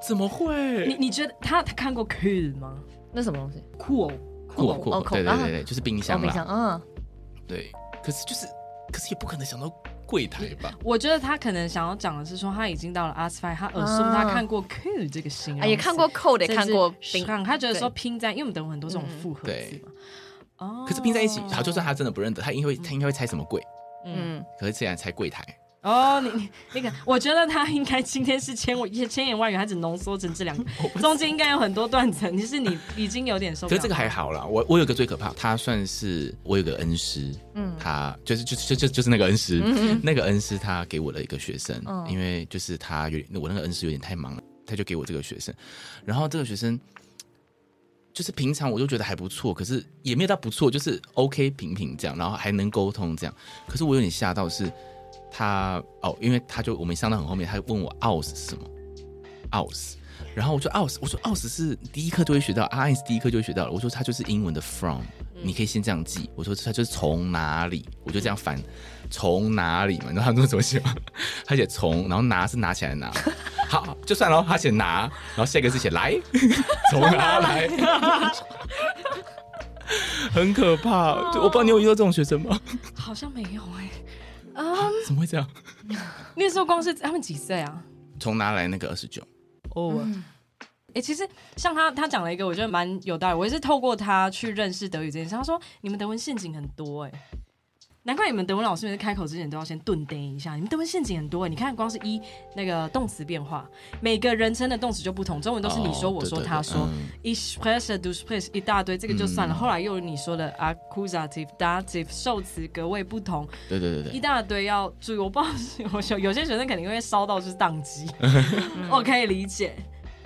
C: 怎么会？
A: 你你觉得他他看过 cool 吗
B: 那什么东西？
A: ？cool
C: 酷
B: 哦
C: 酷，
B: 口
C: 对对
B: 啊
C: 对对，就是冰
B: 哦
C: 箱
B: 冰
C: 啦。
B: 箱，嗯，
C: 对，可是就是，可是也不可能想到柜台
B: 嗯
C: 吧？
A: 我觉得他可能想要讲的是说，他已经到了 a s f i 他耳顺
B: 啊
A: 他看过 cool 这个形容
B: 啊
A: 词，
B: 也看过 code，也看过冰
A: 冰，，他觉得说
B: 对
A: 拼在，因为我们等会很多这种
B: 嗯嗯
A: 复合字嘛。哦
C: 可是拼在一起，好，就算他真的不认得，他应该会，他应该会猜什么柜？
A: 嗯，
B: 嗯，
C: 可是竟然猜柜台，
A: 哦，你你那个，我觉得他应该今天是千我千言万语，他只浓缩成这两个，中间应该有很多段层，你是你已经有点受不
C: 可
A: 了。
C: 是这个还好啦。我我有个最可怕，他算是我有个恩师，嗯，他就是就就就就是那个恩师，
A: 嗯
C: 那个恩师他给我的一个学生，
A: 哦
B: 嗯
C: 因为就是他有点我那个恩师有点太忙了，他就给我这个学生，然后这个学生。就是平常我就觉得还不错，可是也没有到不错，就是 OK 平平这样，然后还能沟通这样。可是我有点吓到是他哦，因为他就我们上到很后面，他就问我 aus 是什么，aus，然后我说 aus，我说 aus 是第一课就会学到，r s 第一课就会学到了，我说它就是英文的 from，你可以先这样记，我说它就是从哪里，我就这样翻，从哪里嘛，你知道他跟我怎么写吗？他写从，然后拿是拿起来拿，好就算了，他写拿，然后下一个是写来，从哪来， 很可怕，就我不知道你有遇到这种学生吗？
A: 好像没有哎、
C: 怎么会这样？
A: 那时候光是他们几岁啊？
C: 从哪来那个二十九？
A: 哦、哎、其实像他，他讲了一个我觉得蛮有道理，我也是透过他去认识德语这件事。他说你们德文陷阱很多哎、难怪你们德文老师每次开口之前都要先顿呆一下。你们德文陷阱很多、哎，你看光是一那个动词变化，每个人称的动词就不同，中文都是你说、
C: 哦
A: 我说、
C: 对对
A: 他
C: 对
A: 说
C: 嗯
A: i s p r e s s d u s p r e s s 一大堆，这个就算了。后来又有你说的 accusative、dative 受词格位不同，
C: 对对对
A: 一
C: 对，
A: 大堆要注意。我不知道是 有有有些学生肯定会烧到就是宕机，
B: 嗯
A: 我可以理解。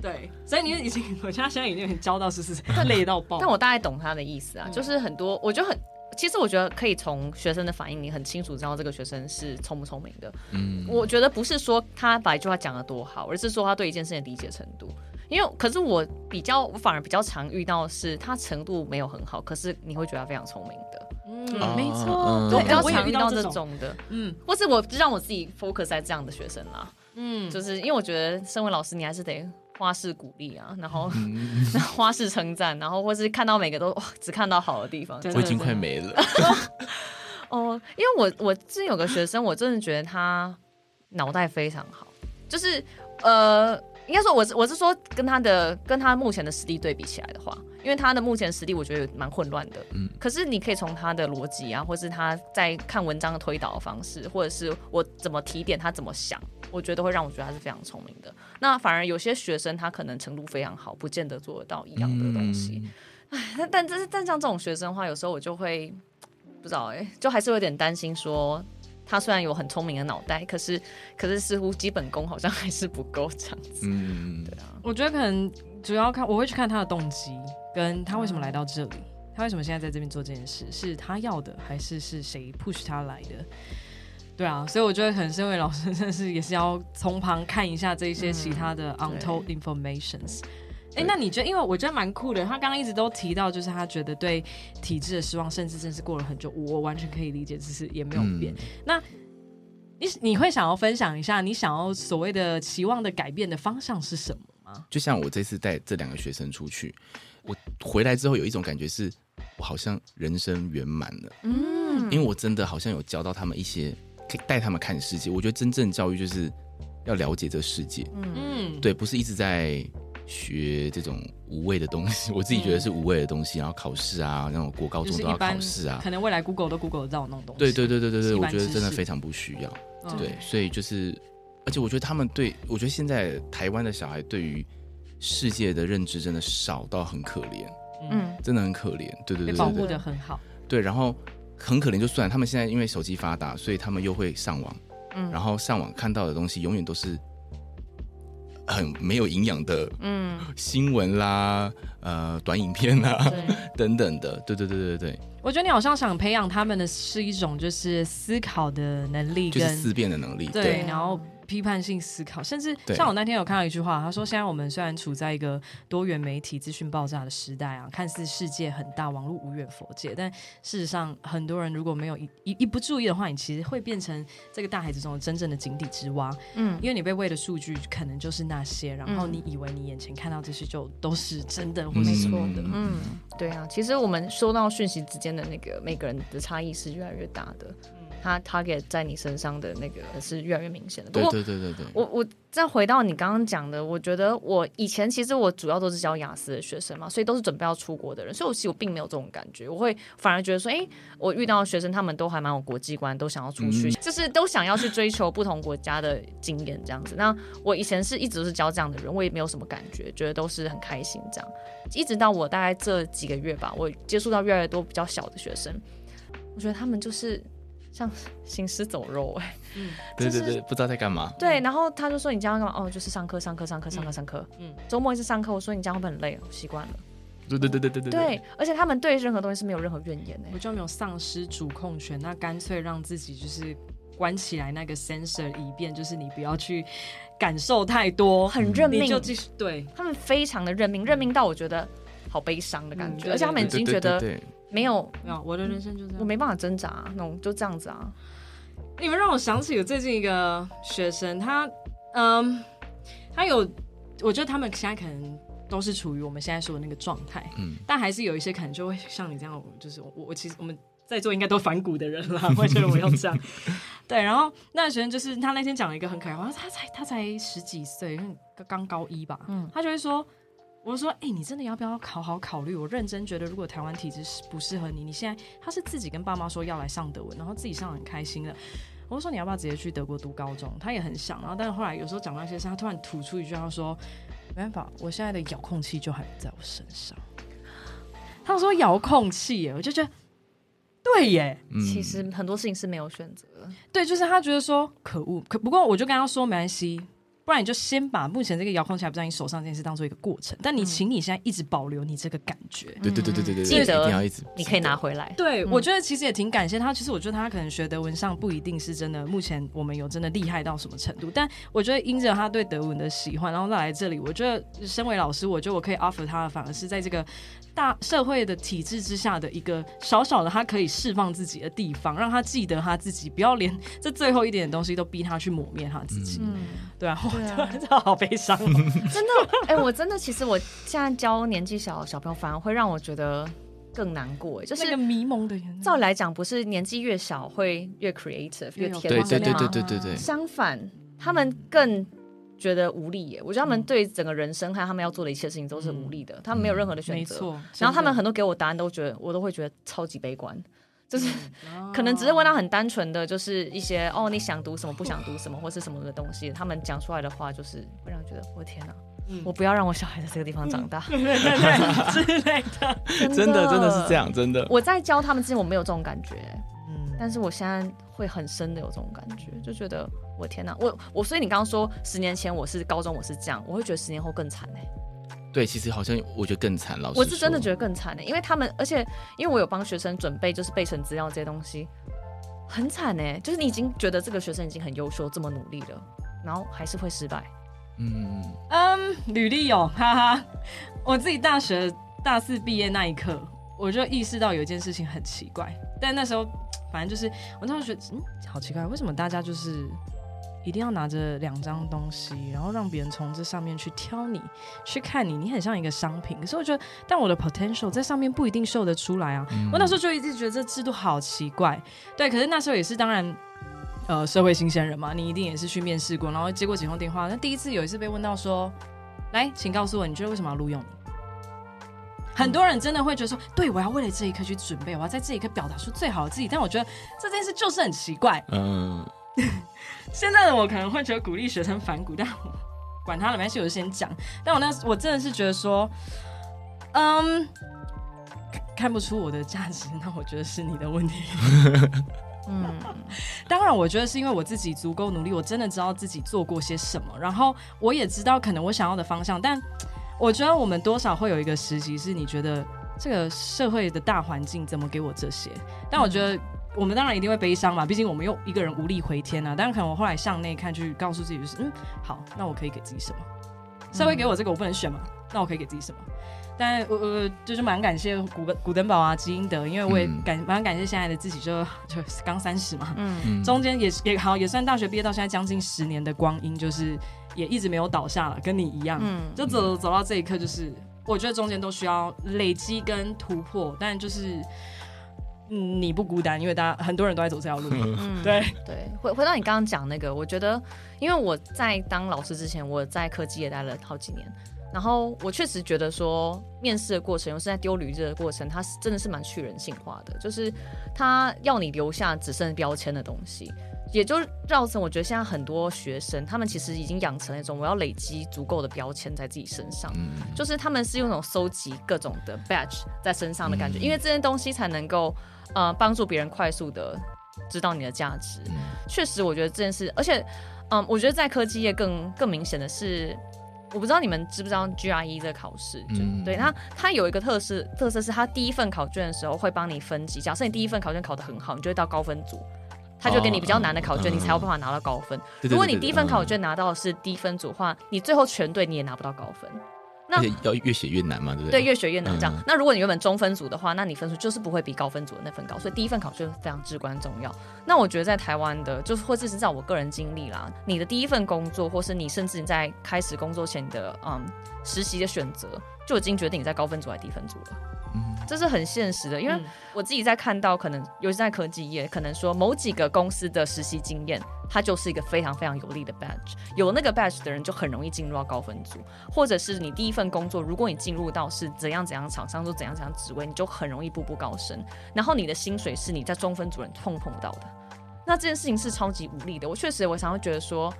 A: 对，所以你已经，我觉得他现在已经很焦到是是累到爆。
B: 但我大概懂他的意思啊，就是很多，我就很。其实我觉得可以从学生的反应，你很清楚知道这个学生是聪不聪明的。
C: 嗯，
B: 我觉得不是说他把一句话讲得多好，而是说他对一件事情的理解程度。因为可是我比较，我反而比较常遇到是他程度没有很好，可是你会觉得他非常聪明的。
A: 嗯
C: 哦
A: 没错，
C: 嗯
B: 我
A: 对
B: 比较
A: 我也
B: 常
A: 遇
B: 遇
A: 到
B: 到
A: 这
B: 这
A: 种，
B: 种的，
A: 嗯
B: 或是我让我自己 focus 在这样的学生啦。
A: 嗯，
B: 就是因为我觉得身为老师，你还是得花式鼓励啊，然后、然后 花式称赞，然后或是看到每个都哇只看到好的地方。
A: 真的
C: 我已经快没了。
B: 哦，因为我我之前有个学生，我真的觉得他脑袋非常好，就是呃，应该说我是我是说跟他的跟他目前的实力对比起来的话，因为他的目前实力我觉得蛮混乱的，嗯，可是你可以从他的逻辑啊，或是他在看文章的推导的方式，或者是我怎么提点他怎么想。我觉得会让我觉得他是非常聪明的。那反而有些学生他可能程度非常好，不见得做得到一样的东西。但但但是但像这种学生的话，有时候我就会不知道哎、就还是有点担心说。他虽然有很聪明的脑袋，可是可是似乎基本功好像还是不够这样子。
C: 嗯，
A: 我觉得可能主要看我会去看他的动机，跟他为什么来到这里，他为什么现在在这边做这件事，是他要的还是是谁 push 他来的？对啊，所以我觉得可能身为老师，真的是也是要从旁看一下这一些其他的 untold informations。哎、
C: 对
A: 那你觉得？因为我觉得蛮酷的，他刚刚一直都提到，就是他觉得对体制的失望，甚至真是过了很久，我我完全可以理解，只是也没有变。你你会想要分享一下，你想要所谓的期望的改变的方向是什么吗？
C: 就像我这次带这两个学生出去，我回来之后有一种感觉是，我好像人生圆满了，
B: 嗯，
C: 因为我真的好像有教到他们一些，可以带他们看世界。我觉得真正教育就是要了解这世界，
A: 嗯，
C: 对，不是一直在学这种无谓的东西。 我自己觉得是无谓的东西，然后考试啊，那种国高
A: 就
C: 中
A: 是
C: 都
A: 一
C: 要
A: 般
C: 考试啊，
A: 可能未来 Google 都 Google 得到那种东西。
C: 对对对对对
A: 是
C: 对，
A: 一
C: 我
A: 般
C: 觉得真的
A: 知识
C: 非常不需要。
A: 嗯
C: 对，所以就是，而且我觉得他们对我觉得现在台湾的小孩对于世界的认知真的少到很可怜，
A: 嗯，
C: 真的很可怜。对对
A: 被
C: 对
A: 保
C: 对
A: 护
C: 对，
A: 的很好。
C: 对，然后很可怜就算，他们现在因为手机发达，所以他们又会上网，
B: 嗯
C: 然后上网看到的东西永远都是很没有营养的
B: 嗯，
C: 新闻啦，呃，短影片啦
B: 对，
C: 等等的。对对对对对，
A: 我觉得你好像想培养他们的是一种就是思考的能力
C: 就是
A: 跟
C: 思辨的能力。
A: 对，
B: 对
A: 然后批判性思考，甚至
C: 对
A: 像我那天有看到一句话，他说：“现在我们虽然处在一个多元媒体资讯爆炸的时代啊，看似世界很大，网络无远佛界，但事实上，很多人如果没有一一一不注意的话，你其实会变成这个大海之中的真正的井底之蛙，
B: 嗯，
A: 因为你被喂的数据可能就是那些，然后
B: 嗯
A: 你以为你眼前看到这些就都是真的或是什么的。
C: 嗯
B: 嗯，对啊，其实我们收到讯息之间的那个每个人的差异是越来越大的，他 target 在你身上的那个是越来越明显的。不
C: 对
B: 过
C: 对对对对，
B: 我我再回到你刚刚讲的，我觉得我以前其实我主要都是教雅思的学生嘛，所以都是准备要出国的人，所以我其实我并没有这种感觉，我会反而觉得说，诶，我遇到的学生他们都还蛮有国际观，都想要出去，
C: 嗯
B: 就是都想要去追求不同国家的经验这样子。那我以前是一直都是教这样的人，我也没有什么感觉，觉得都是很开心这样。一直到我大概这几个月吧，我接触到越来越多比较小的学生，我觉得他们就是像行尸走肉哎、
C: 对对
B: 就是
C: 对，不知道在干嘛。
B: 对，然后他就说你这样干嘛？哦，就是上课，上课，上课，上课，上课。
A: 嗯
B: 嗯，周末一直上课。我说你这样会不会很累？我习惯了。
C: 对对对对对对
B: 对，而且他们对任何东西是没有任何怨言的
A: 我。就没有丧失主控权，那干脆让自己就是关起来那个 sensor，以便就是你不要去感受太多，
B: 很认
A: 你
B: 命
A: 就，继续对，
B: 他们非常的认命，认命到我觉得好悲伤的感
A: 嗯
B: 觉，
A: 对
B: 而且他们已
C: 对对
B: 经觉得
C: 对对
B: 没有，
A: 没有我的人生就这样。
B: 我没办法挣扎、那种就这样子啊。
A: 你们让我想起有最近一个学生，他嗯，他有，我觉得他们现在可能都是处于我们现在说的那个状态，
C: 嗯，
A: 但还是有一些可能就会像你这样，就是我我我其实我们在座应该都反骨的人啦，我也觉得我要这样。对，然后那个学生就是他那天讲了一个很可爱的话，他才他才十几岁，因为刚高一吧，
B: 嗯
A: 他就会说。我就说，哎、你真的要不要好好考虑？我认真觉得，如果台湾体制是不适合你，你现在他是自己跟爸妈说要来上德文，然后自己上得很开心了。我就说你要不要直接去德国读高中？他也很想，然后啊但是后来有时候讲到一些事，他突然吐出一句，他说：“没办法，我现在的遥控器就还不在我身上。”他说遥控器耶，我就觉得对耶，
C: 嗯
B: 其实很多事情是没有选择的。
A: 对，就是他觉得说可恶，可不过我就跟他说没关系，不然你就先把目前这个遥控器还不在你手上这件事当做一个过程，但你请你现在一直保留你这个感觉。
C: 对对对对对对，
B: 记
C: 对
B: 得
C: 一定要一直，
B: 你可以拿回来。
A: 对，我觉得其实也挺感谢他。其实我觉得他可能学德文上不一定是真的，目前我们有真的厉害到什么程度，但我觉得因着他对德文的喜欢，然后再来这里，我觉得身为老师，我觉得我可以 offer 他的反而是在这个大社会的体制之下的一个小小的他可以释放自己的地方，让他记得他自己，不要连这最后一点点东西都逼他去抹灭他自己。
B: 嗯，
A: 对啊，我
B: 对啊
A: 突然觉得好悲伤、哦。
B: 真的， 哎、我真的，其实我现在教年纪小的小朋友，反而会让我觉得更难过，欸就是
A: 那个迷蒙的人，
B: 照理来讲，不是年纪越小会越 creative
A: 越
B: 越
A: 有
B: 天
C: 对
B: 真
A: 光
B: 吗？
C: 对对对对对对，
B: 相反，他们更觉得无力耶。我觉得他
A: 嗯
B: 们对整个人生和他们要做的一切事情都是无力的，他们没有任何的 选
A: 没
B: 择。
A: 错。
B: 然后他们
A: 真
B: 很多给我答案都觉得，我都会觉得超级悲观，就是
A: 的
B: 可能只是问到很单纯的，就是一些哦你想读什么不想读什么或是什么的东西，他们讲出来的话就是会让你觉得我天哪、
A: 嗯
B: 我不要让我小孩在这个地方长大，
A: 对对 对之类的。
C: 真的真的是这。样，真的。
B: 我在教他们之前我没有这种感觉，
A: 嗯
B: 但是我现在会很深的有这种感觉，就觉得我天哪，我我所以你刚刚说十年前我是高中我是这样，我会觉得十年后更惨哎、
C: 对，其实好像我觉得更惨，老师
B: 我是真的觉
C: 得
B: 得更惨哎、因为他们而且因为我有帮学生准备就是备审资料这些东西，很惨哎、就是你已经觉得这个学生已经很优秀，这么努力了，然后还是会失败，
C: 嗯，嗯
A: 嗯，履历有，哈哈。我自己大学大四毕业那一刻，我就意识到有一件事情很奇怪，但那时候反正就是我那时候觉得，嗯，好奇怪，为什么大家就是一定要拿着两张东西，然后让别人从这上面去挑你，去看你，你很像一个商品。可是我觉得，但我的 potential 在上面不一定秀得出来啊。我那时候就一直觉得这制度好奇怪，对。可是那时候也是当然。呃，社会新鲜人嘛，你一定也是去面试过，然后接过几通电话。那第一次有一次被问到说，来，请告诉我，你觉得为什么要录用你？很多人真的会觉得说，对我要为了这一刻去准备，我要在这一刻表达出最好的自己。但我觉得这件事就是很奇怪。
C: 嗯，嗯
A: 现在的我可能会觉得鼓励学生反骨，但我管他了，没关系，我就先讲。但我那我真的是觉得说，嗯，看看不出我的价值，那我觉得是你的问题。
B: 嗯，
A: 当然，我觉得是因为我自己足够努力，我真的知道自己做过些什么，然后我也知道可能我想要的方向。但我觉得我们多少会有一个实习，是你觉得这个社会的大环境怎么给我这些？但我觉得我们当然一定会悲伤嘛，毕竟我们又一个人无力回天啊。但是可能我后来向内看，去告诉自己就是，嗯，好，那我可以给自己什么？社会给我这个我不能选嘛，那我可以给自己什么？但我我就是蛮感谢古本古登堡啊、基因德，因为我也
C: 嗯
A: 感蛮感谢现在的自己就，就刚三十 嘛，
B: 嗯，
C: 嗯
A: 中间也也好，也算大学毕业到现在将近十年的光阴，就是也一直没有倒下了，跟你一样，
B: 嗯
A: 就走走走到这一刻，就是我觉得中间都需要累积跟突破，但就是嗯你不孤单，因为大家很多人都在走这条路，
B: 嗯
A: 对，
B: 对，回回到你刚刚讲那个，我觉得，因为我在当老师之前，我在科技也待了好几年，然后我确实觉得说，面试的过程，尤其是在丢履历的过程，它是真的是蛮去人性化的，就是它要你留下只剩标签的东西。也就造成我觉得现在很多学生，他们其实已经养成了一种我要累积足够的标签在自己身上，
C: 嗯
B: 就是他们是用那种收集各种的 badge 在身上的感觉，
C: 嗯
B: 因为这些东西才能够呃帮助别人快速的知道你的价值。
C: 嗯
B: 确实，我觉得这件事，而且嗯，我觉得在科技业更更明显的是。我不知道你们知不知道 GRE 这个考试，就、
C: 嗯
B: 对它它有一个特色特色是它第一份考卷的时候会帮你分级，假设你第一份考卷考得很好，你就会到高分组，它就给你比较难的考卷，
C: 哦嗯
B: 你才有办法拿到高分。
C: 对对对
B: 如果你
C: 对
B: 第一份
C: 嗯
B: 考卷拿到的是低分组的话，你最后全对你也拿不到高分。那
C: 而且要越写越难嘛，对不
B: 对，
C: 对？
B: 越学越难这样。
C: 嗯
B: 那如果你原本中分组的话，那你分数就是不会比高分组的那份高，所以第一份考卷非常至关重要。那我觉得在台湾的，就是或者是在我个人经历啦，你的第一份工作，或是你甚至你在开始工作前你的嗯实习的选择，就已经决定你在高分组还是低分组了。
C: 嗯
B: 这是很现实的，因为
A: 嗯
B: 我自己在看到，可能尤其在科技业，可能说某几个公司的实习经验，它就是一个非常非常有利的 badge。有那个 badge 的人就很容易进入到高分组，或者是你第一份工作，如果你进入到是怎样怎样厂商说怎样怎样职位，你就很容易步步高升。然后你的薪水是你在中分组人碰碰到的，那这件事情是超级无力的。我确实，我常常觉得说。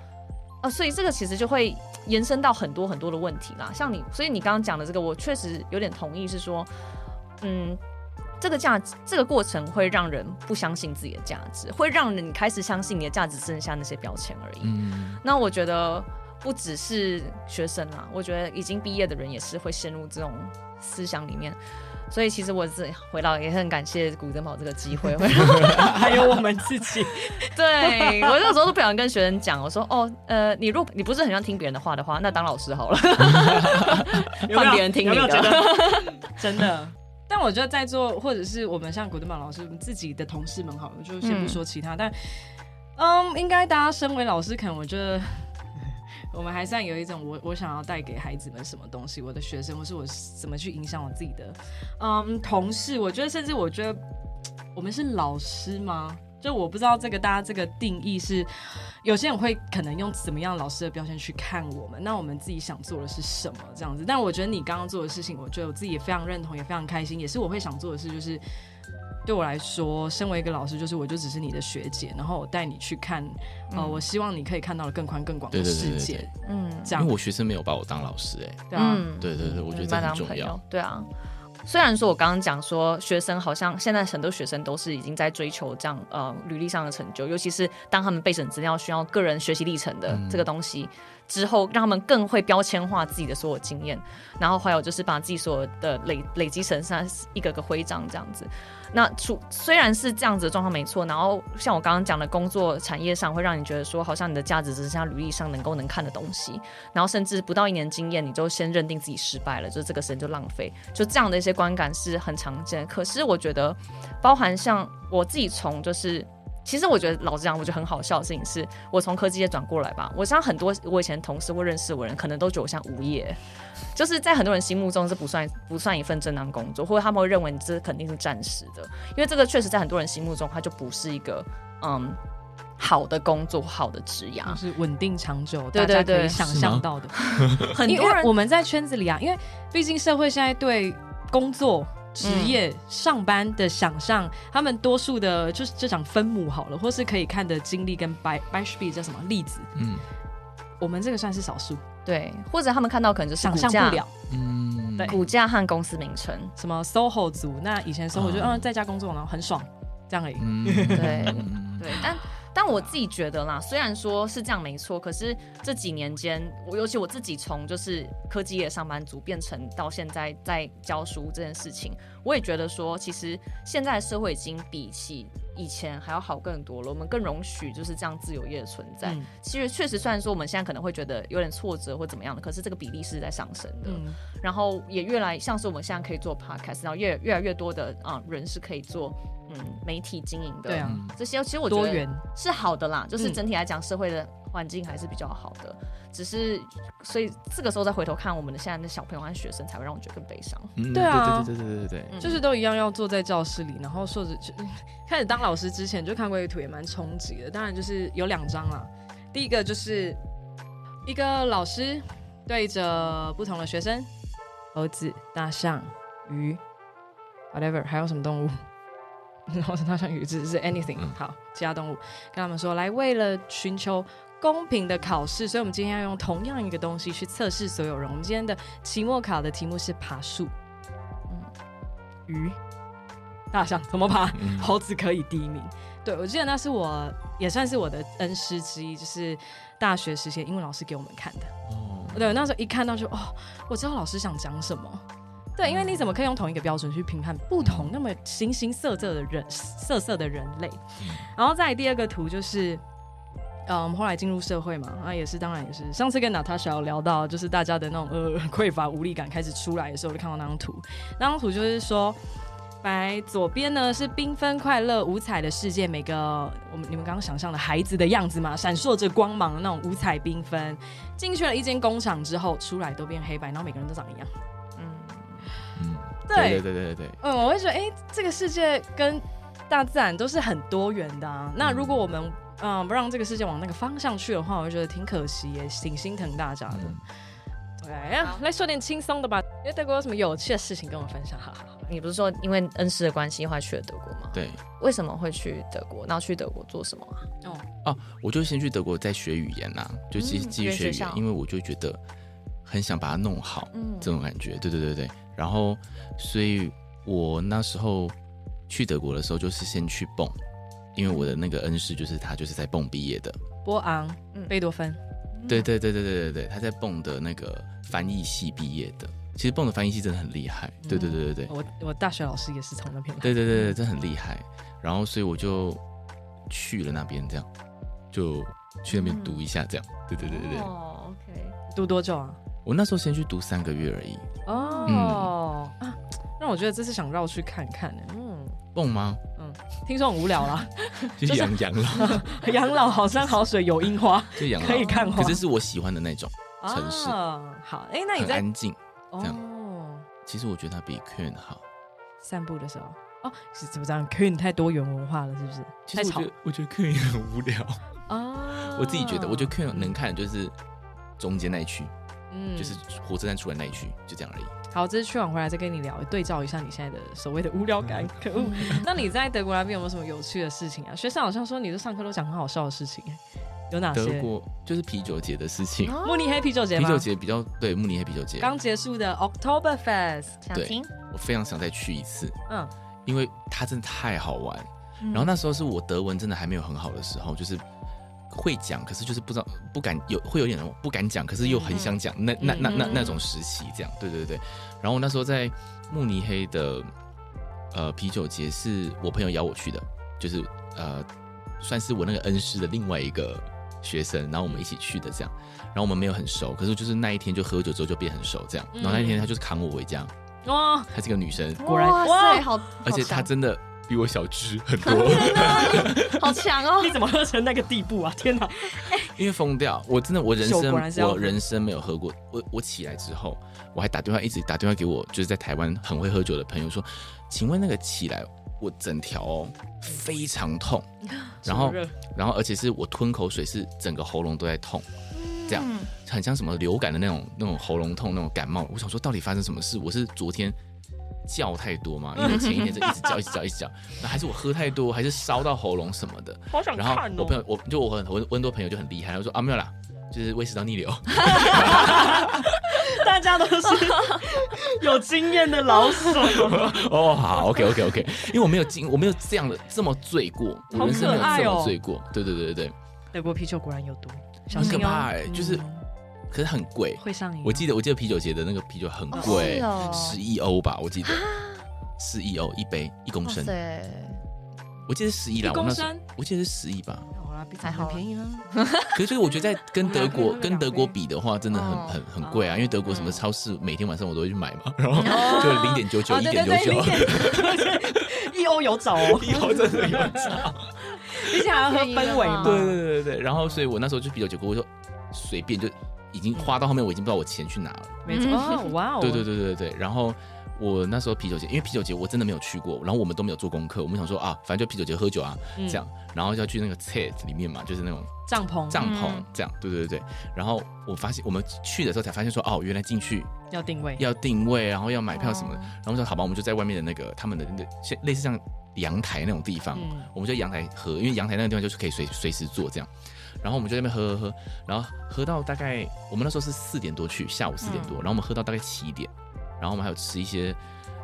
B: 啊，所以这个其实就会延伸到很多很多的问题啦。像你，所以你刚刚讲的这个，我确实有点同意，是说，嗯，这个价值，这个过程会让人不相信自己的价值，会让人开始相信你的价值只剩下那些标签而已。
C: 嗯，
B: 那我觉得不只是学生啦，我觉得已经毕业的人也是会陷入这种思想里面。所以其实我是回到也很感谢古珍宝这个 机会，会让
A: 还有我们自己，
B: 对我那时候都不想跟学生讲，我说哦，呃，你如果你不是很喜欢听别人的话的话，那当老 师好了。
A: 有没有
B: 换别人听你的
A: 有没有觉得 真的？但我觉得在座或者是我们像古德曼老师，我们自己的同事们好了，就先不说其他，但嗯，应该大家身为老师，可能我觉得。我们还算有一种我我想要带给孩子们什么东西，我的学生，或是我怎么去影响我自己的，嗯，同事。我觉得，甚至我觉得我们是老师吗？就我不知道这个大家这个定义是，有些人会可能用怎么样老师的标签去看我们，那我们自己想做的是什么这样子。但我觉得你刚刚做的事情，我觉得我自己也非常认同，也非常开心，也是我会想做的事，就是对我来说，身为一个老师，就是我就只是你的学姐，然后我带你去看，呃，我希望你可以看到的更宽更广的
C: 对对对
A: 世
C: 对
A: 界，
C: 对
B: 嗯，
A: 这
C: 因
A: 样
C: 为我学生没有把我当老师哎，
A: 对啊，
C: 对对对，我觉得这
B: 把他
C: 很
B: 当
C: 重
B: 朋
C: 要
B: 友。。对啊，虽然说我刚刚讲说学生好像现在很多学生都是已经在追求这样呃履历上的成就，尤其是当他们备审资料需要个人学习历程的这个
C: 嗯
B: 东西、之后，让他们更会标签化自己的所有经验，然后还有就是把自己所有的累累积成像一个个徽章这样子。那除虽然是这样子的状况没错，然后像我刚刚讲的工作产业上会让你觉得说，好像你的价值只剩下履历上能够能看的东西，然后甚至不到一年经验，你就先认定自己失败了，就这个时间就浪费，就这样的一些观感是很常见的。可是我觉得，包含像我自己从就是。其实我觉得，老实讲，我觉得很好笑的事情是，我从科技业转过来吧。我像很多我以前同事或认识我的人，可能都觉得我像无业，就是在很多人心目中这不算不算一份正当工作，或者他们会认为你这肯定是暂时的。因为这个确实在很多人心目中，它就不是一个嗯好的工作、好的职涯
A: 就。是稳定长久，
B: 对对
A: 大家可
B: 对
A: 以想
C: 是
A: 象
C: 吗
A: 到的。
B: 很
A: 因
B: 多
A: 为
B: 人
A: 我们在圈子里啊，因为毕竟社会现在对工作、职业、上班的想象，他们多数的就是这场分母好了，或是可以看的经历跟 by by s h b 叫什么例子，
C: 嗯
A: 我们这个算是少数，
B: 对，或者他们看到可能就是
A: 想
B: 股
A: 象
B: 价
A: 不、了
C: 嗯，
A: 对
B: 股价和公司名 称。
A: 什么 SOHO 族。那以前 SOHO 就
C: 啊
A: 嗯在家工作，然后很爽，这样而已。
C: 嗯，
B: 对
C: 嗯
B: 对，但但我自己觉得啦，虽然说是这样没错，可是这几年间，我尤其我自己从就是科技业上班族变成到现在在教书这件事情，我也觉得说，其实现在的社会已经比起以前还要好更多了，我们更容许就是这样自由业的存在。
A: 嗯
B: 其实确实，虽然说我们现在可能会觉得有点挫折或怎么样的，可是这个比例是在上升的。
A: 嗯
B: 然后也越来像是我们现在可以做 podcast，然后越越来越多的啊、人是可以做嗯媒体经营的。
A: 对啊，
C: 嗯
B: 这些其实我觉
A: 多
B: 得
A: 元，
B: 是好的啦，就是
A: 嗯
B: 整体来讲社会的环境还是比较好的。只是所以这个时候再回头看我们的现在的小朋友和学生，才会让我觉得更悲伤。
C: 嗯
A: 对啊
C: 对对对对对对对，
A: 就是都一样要坐在教室里，然后说着就 开始当老师之前就看过一个图，也蛮冲击的。当然就是有两张啦，第一个就是一个老师对着不同的学生，猴子、大象、鱼，whatever，还有什么动物？ 然后是大象、鱼只是 anything，
C: 嗯
A: 好，其他动物跟他们说，来为了寻求。公平的考试，所以我们今天要用同样一个东西去测试所有人。我们今天的期末考的题目是爬树，鱼、大象怎么爬，
C: 嗯
A: 猴子可以第一名。对我记得那是我也算是我的恩师之一，就是大学时期的英文老师给我们看的。
C: 哦
A: 对，那时候一看到就哦，我知道老师想讲什么。对，因为你怎么可以用同一个标准去评判不同那么形形色色的人色色的人类？然后再来第二个图就是，嗯，我们后来进入社会嘛，啊那也是当然也是上次跟娜塔莎有聊到，就是大家的那种呃匮乏无力感开始出来的时候，我就看到那张图，那张图就是说。白左边呢是缤纷快乐五彩的世界，每个我们你们刚刚想象的孩子的样子嘛，闪烁着光芒的那种五彩缤纷。进去了一间工厂之后，出来都变黑白，然后每个人都长一样。
B: 嗯，
C: 嗯
A: 对
C: 对对对对对，
A: 嗯，我会觉得，哎、这个世界跟大自然都是很多元的啊。那如果我们嗯不让这个世界往那个方向去的话，我会觉得挺可惜，也挺心疼大家的。
C: 嗯
A: 对，哎来说点轻松的吧。因为德国有什么有趣的事情跟我分享？哈哈哈。
B: 你不是说因为恩师的关系后来去了德国吗？
C: 对。
B: 为什么会去德国？那去德国做什么啊？
C: 哦，我就先去德国再学语言啦、就继
B: 嗯
C: 继续学
B: 学
C: 语言
B: 校，
C: 因为我就觉得很想把它弄好，
B: 嗯
C: 这种感觉。对对对对。然后，所以我那时候去德国的时候，就是先去蹦，因为我的那个恩师就是他就是在蹦毕业的，
A: 波昂、
B: 嗯
A: 贝多芬，
C: 对对对对对对对，他在蹦的那个翻译系毕业的。其实蹦的翻译系真的很厉害，对对对对对。
B: 嗯
A: 我我大学老师也是从那边来。
C: 对对对对，这很厉害。然后所以我就去了那边，这样就去那
B: 嗯
C: 边读一下，这样。对对对对对，
B: 哦，OK，
A: 读多久啊？
C: 我那时候先去读三个月而已。
A: 哦、啊，那我觉得这次想绕去看看呢、
B: 嗯，
C: 蹦吗？
A: 听说很无聊啦，
C: 就是养养老，
A: 养老好山好水有樱 花，
C: 就养老。
A: 可以看花
C: 可。是是我喜欢的那种，城市
A: 啊、好，哎、那你
C: 很
A: 在
C: 安静。这样
A: 哦
C: 其实我觉得它比 Queen 好。
A: 散步的时候，哦，是怎么这样 q u e e n 太多元文化了，是不是？
C: 其
A: 太
C: 实我
A: 吵
C: 觉得我觉得 Queen 很 无聊。
B: 哦
A: 啊
C: 我自己觉得，我觉得 Queen 能看的就是中间那一区，
A: 嗯
C: 就是火车站出来那一区，就这样而已。
A: 好，这次去完回来再跟你聊，对照一下你现在的所谓的无聊
C: 嗯
A: 感。可恶！那你在德国那边有没有什么有趣的事情啊？学生好像说你的上课都讲很好笑的事情、有哪
C: 德
A: 些？
C: 国就是啤酒节的事情，
B: 嗯
A: 慕尼黑啤酒节
C: 啤
A: 啊吗？
C: 酒节比较对慕尼黑啤酒节，
A: 刚结束的 October Fest，
B: 想
C: 对
B: 听？
C: 我非常想再去一次。
A: 嗯，
C: 因为它真的太好玩。然后那时候是我德文真的还没有很好的时候，就是会讲，可是就是不知道不敢有会有点不敢讲，可是又很想讲，那那那那那种时期这样，对对对。然后我那时候在慕尼黑的呃啤酒节是我朋友邀我去的，就是呃算是我那个恩师的另外一个学生，然后我们一起去的这样。然后我们没有很熟，可是就是那一天就喝酒之后就变很熟这样。然后那一天他就是扛我回家，
A: 哇，
C: 她是个女生，
A: 果然
B: 哇塞，好，
C: 而且
B: 他
C: 她真的比我小只很多，
B: 好强哦
A: 你，怎么喝成那个地步啊？天哪！
C: 因为疯掉。我真的，我人
A: 酒
C: 生
A: 果然是要喝
C: 我人生没有喝过。我我起来之后，我还打电话一直打电话给我就是在台湾很会喝酒的朋友说，请问那个起来，我整条哦非常痛，然后
A: 热
C: 然后而且是我吞口水是整个喉咙都在痛，这样很像什么流感的那种那种喉咙痛那种感冒。我想说到底发生什么事？我是昨天。叫太多 嘛，因为我前一天就一直叫，一直叫，一直叫，那还是我喝太多，还是烧到喉咙什么的，
A: 好想哦
C: 然后我朋友，我就我很温温多朋友就很厉害，他就说啊没有啦，就是胃食道逆流。
A: 大家都是有经验的老手，
C: 哦，好，OK OK OK，因为我没有经，我没有这样的这么醉过，我
A: 好
C: 人生
A: 可
C: 没有
A: 爱
C: 这
A: 哦
C: 么醉过。对对对对对，
A: 德国啤酒果然有毒，小
C: 很可
A: 心
C: 怕
A: 哦，
C: 哎、就是可是很贵。
A: 会上瘾哦。
C: 我记得我记得啤酒节的那个啤酒很贵
B: 是哦，
C: 十一欧吧，我记得十一欧一杯一公
B: 哇
C: 升，
B: 塞，
C: 我记得十一啦，
A: 一
C: 我
A: 公
C: 那时候
A: 升
C: 我记得是十一吧。
A: 好啦，比
B: 还好啊
A: 便宜啦。
C: 可是就是我觉得在跟德
A: 我
C: 国
A: 还可以喝个两杯
C: 跟德国比的话，真的
B: 哦
C: 很很很贵啊，因为德国什么超市每天晚上我都会去买嘛，然后就零点九九、
A: 哦
C: 一
A: 对
C: 点
A: 对
C: 九
A: 对，
C: 九，
A: 零点一欧有找 哦，
C: 以后真的有差。
A: 毕竟还要喝氛围嘛。
C: 对对对对对，然后所以我那时候就比较结果我就随便就已经花到后面，我已经不知道我钱去哪了。
A: 没错，哦哇哦，
C: 嗯对对对对对，然后。我那时候啤酒节，因为啤酒节我真的没有去过，然后我们都没有做功课，我们想说啊，反正就啤酒节喝酒啊，
A: 嗯
C: 这样，然后就要去那个 tent 里面嘛，就是那种
A: 帐篷
C: 帐篷
B: 嗯
C: 这样，对对对对。然后我发现我们去的时候才发现说，哦，原来进去
A: 要定位，
C: 要定位，然后要买票什么的。
B: 哦
C: 然后我说好吧，我们就在外面的那个他们的那像类似像阳台那种地方，
A: 嗯
C: 我们就阳台喝，因为阳台那个地方就是可以随随时坐这样。然后我们就在那边喝喝喝，然后喝到大概我们那时候是四点多去，下午四点多，然后我们喝到大概七点，然后我们还有吃一些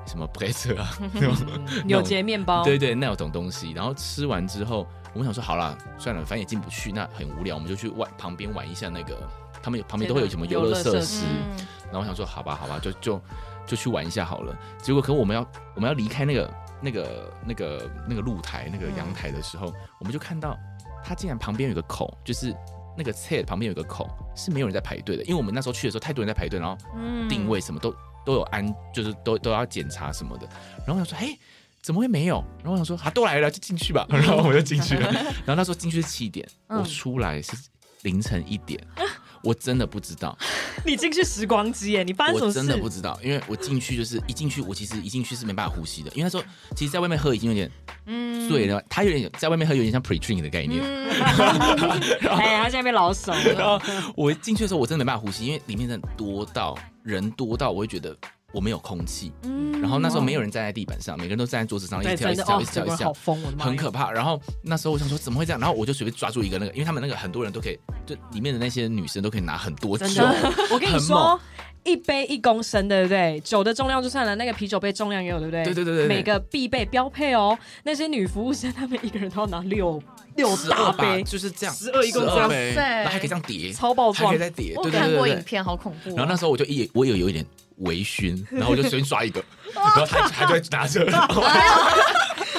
C: 什么 b r e t 啊，那种
A: 嗯 有节面包，
C: 对对，那种东西。然后吃完之后，我们想说好啦，算了，反正也进不去，那很无聊，我们就去外旁边玩一下那个，他们有旁边都会有什么游乐
A: 游
C: 设
A: 乐设
C: 施
A: 施。
B: 嗯
C: 然后我想说好吧，好吧，就就就去玩一下好了。结果可我们要我们要离开那个那个那个那个露台那个阳
B: 嗯
C: 台的时候，我们就看到它竟然旁边有个口，就是。那个 t 旁边有个口是没有人在排队的，因为我们那时候去的时候太多人在排队，然后
B: 嗯
C: 定位什么都都有安，就是都都要检查什么的。然后我想说，哎、怎么会没有？然后我想说，啊，都来了，就进去吧。 然后我就进去了。然后那时候进去是七点，
B: 嗯
C: 我出来是凌晨一 点。我真的不知道，
A: 你进去时光机耶，你发生什
C: 我
A: 么
C: 真的不
A: 事？
C: 知道，因为我进去就是一进去，我其实一进去是没办法呼吸的，因为那时候其实在外面喝已经有点
B: 嗯
C: 醉了，他有点在外面喝有点像 pre drink 的概念。
A: 嗯哎，他现在被老手了，
C: 我进去的时候我真的没办法呼吸，因为里面真的多到人多到我会觉得我没有空气，
B: 嗯
C: 然后那时候没有人站在地板上，每个人都站在桌子上，一
A: 对，
C: 跳一
A: 真的
C: 跳
A: 哦
C: 一，跳
A: 整个
C: 一
A: 人好哦
C: 跳，
A: 疯，我的妈呀，
C: 很可怕。然后那时候我想说怎么会这样，然后我就随便抓住一个那个，因为他们那个很多人都可以，就里面的那些女生都可以拿很多酒
A: 真，的，我跟你
C: 很猛
A: 说，一杯一公升，对不对？酒的重量就算了，那个啤酒杯重量也有，对不对？
C: 对对对对对
A: 每个必备标配哦。那些女服务生，她们一个人都要拿六六
C: 十
A: 大
C: 二吧，
A: 杯，
C: 就是这样，
A: 12一公
C: 12
A: 升
C: 杯
B: 哇塞
C: 然后还可以这样叠，
A: 超爆
C: 还可
A: 壮
C: 以，再叠，
B: 嗯我有
C: 对对
B: 看
C: 对
B: 过
C: 对
B: 影
C: 对。
B: 片，好恐怖哦。
C: 然后那时候我就一我有有一点微醺，然后我就随便抓一个，然后他他就拿着，然后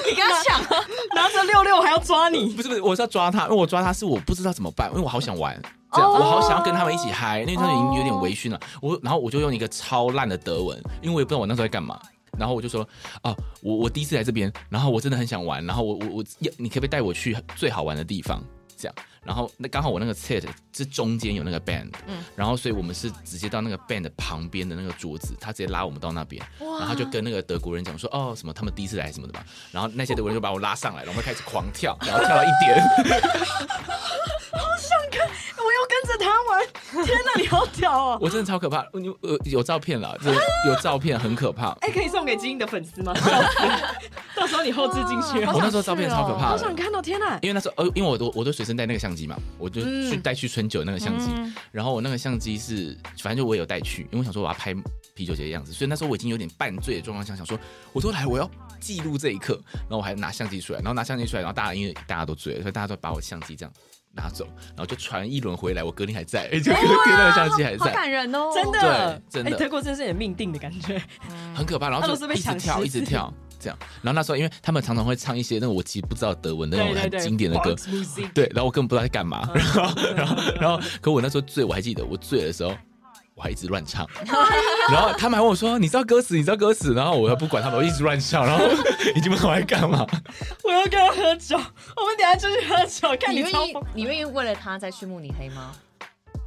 B: 你跟他抢，啊
A: 拿着六六还要抓你，
C: 不是不是，我是要抓他，因为我抓他是我不知道怎么办，因为我好想玩，这样、
B: 哦
C: 我好想要跟他们一起嗨，因为他们已经有点微醺了。我然后我就用一个超烂的德文，因为我也不知道我那时候在干嘛。然后我就说，哦，我我第一次来这边，然后我真的很想玩，然后我我我，要你可不可以带我去最好玩的地方？这样，然后那刚好我那个 set 这中间有那个 band，
B: 嗯
C: 然后所以我们是直接到那个 band 的旁边的那个桌子，他直接拉我们到那边，
B: 哇
C: 然后他就跟那个德国人讲说，哦，什么他们第一次来什么的吧，然后那些德国人就把我拉上来，然后我们开始狂跳，然后跳到一 点，
A: 我要跟着他 玩，天哪，你好屌哦！
C: 我真的超可怕，你呃有照片啦，就是有照片很可怕。
A: 哎，可以送给基因的粉丝 吗？笑死到时候你后置进去
B: 哇
A: 哦，
C: 我那时候照片超可怕
A: 好
C: 的
A: 想看到，天哪！
C: 因为那时候呃，因为我都我都随身带那个相机嘛，我就
A: 嗯
C: 去带去春酒那个相机，
B: 嗯
C: 然后我那个相机是反正就我也有带去，因为我想说我要拍啤酒节的样子，所以那时候我已经有点半醉的状况下，想说我都来，我要记录这一刻，然后我还拿相机出来，然后拿相机出来，然后大家因为大家都醉了，所以大家都把我相机这样拿走，然后就传一轮回来，我隔天还在， 就隔天那个相机还
B: 好
C: 在。
B: 感人哦，
A: 真的，
C: 对真的
A: 哎德国真是也命定的感觉，
C: 很可怕，然
A: 俄
C: 后
A: 罗
C: 就
A: 斯被
C: 一直
A: 抢
C: 跳，
A: 十
C: 一直
A: 次
C: 跳，这样。然后那时候，因为他们常常会唱一些那种我其实不知道德文的那
A: 对
C: 种
A: 对
C: 很
A: 对，
C: 经典的歌，
A: Box music
C: 对，然后我根本不知道在干嘛。 然后，然后，然后，可我那时候醉，我还记得我醉的时候，我还一直乱唱。
A: 哎
C: 然后他们还问我说：“你知道歌词？你知道歌词？”然后我还不管他们，我一直乱唱，然后 已经不知道我在干嘛。
A: 我要跟他喝酒，我们等一下就去喝酒，看
B: 你
A: 你
B: 愿
A: 超
B: 意
A: 疯。
B: 你愿意为了他再去慕尼黑吗？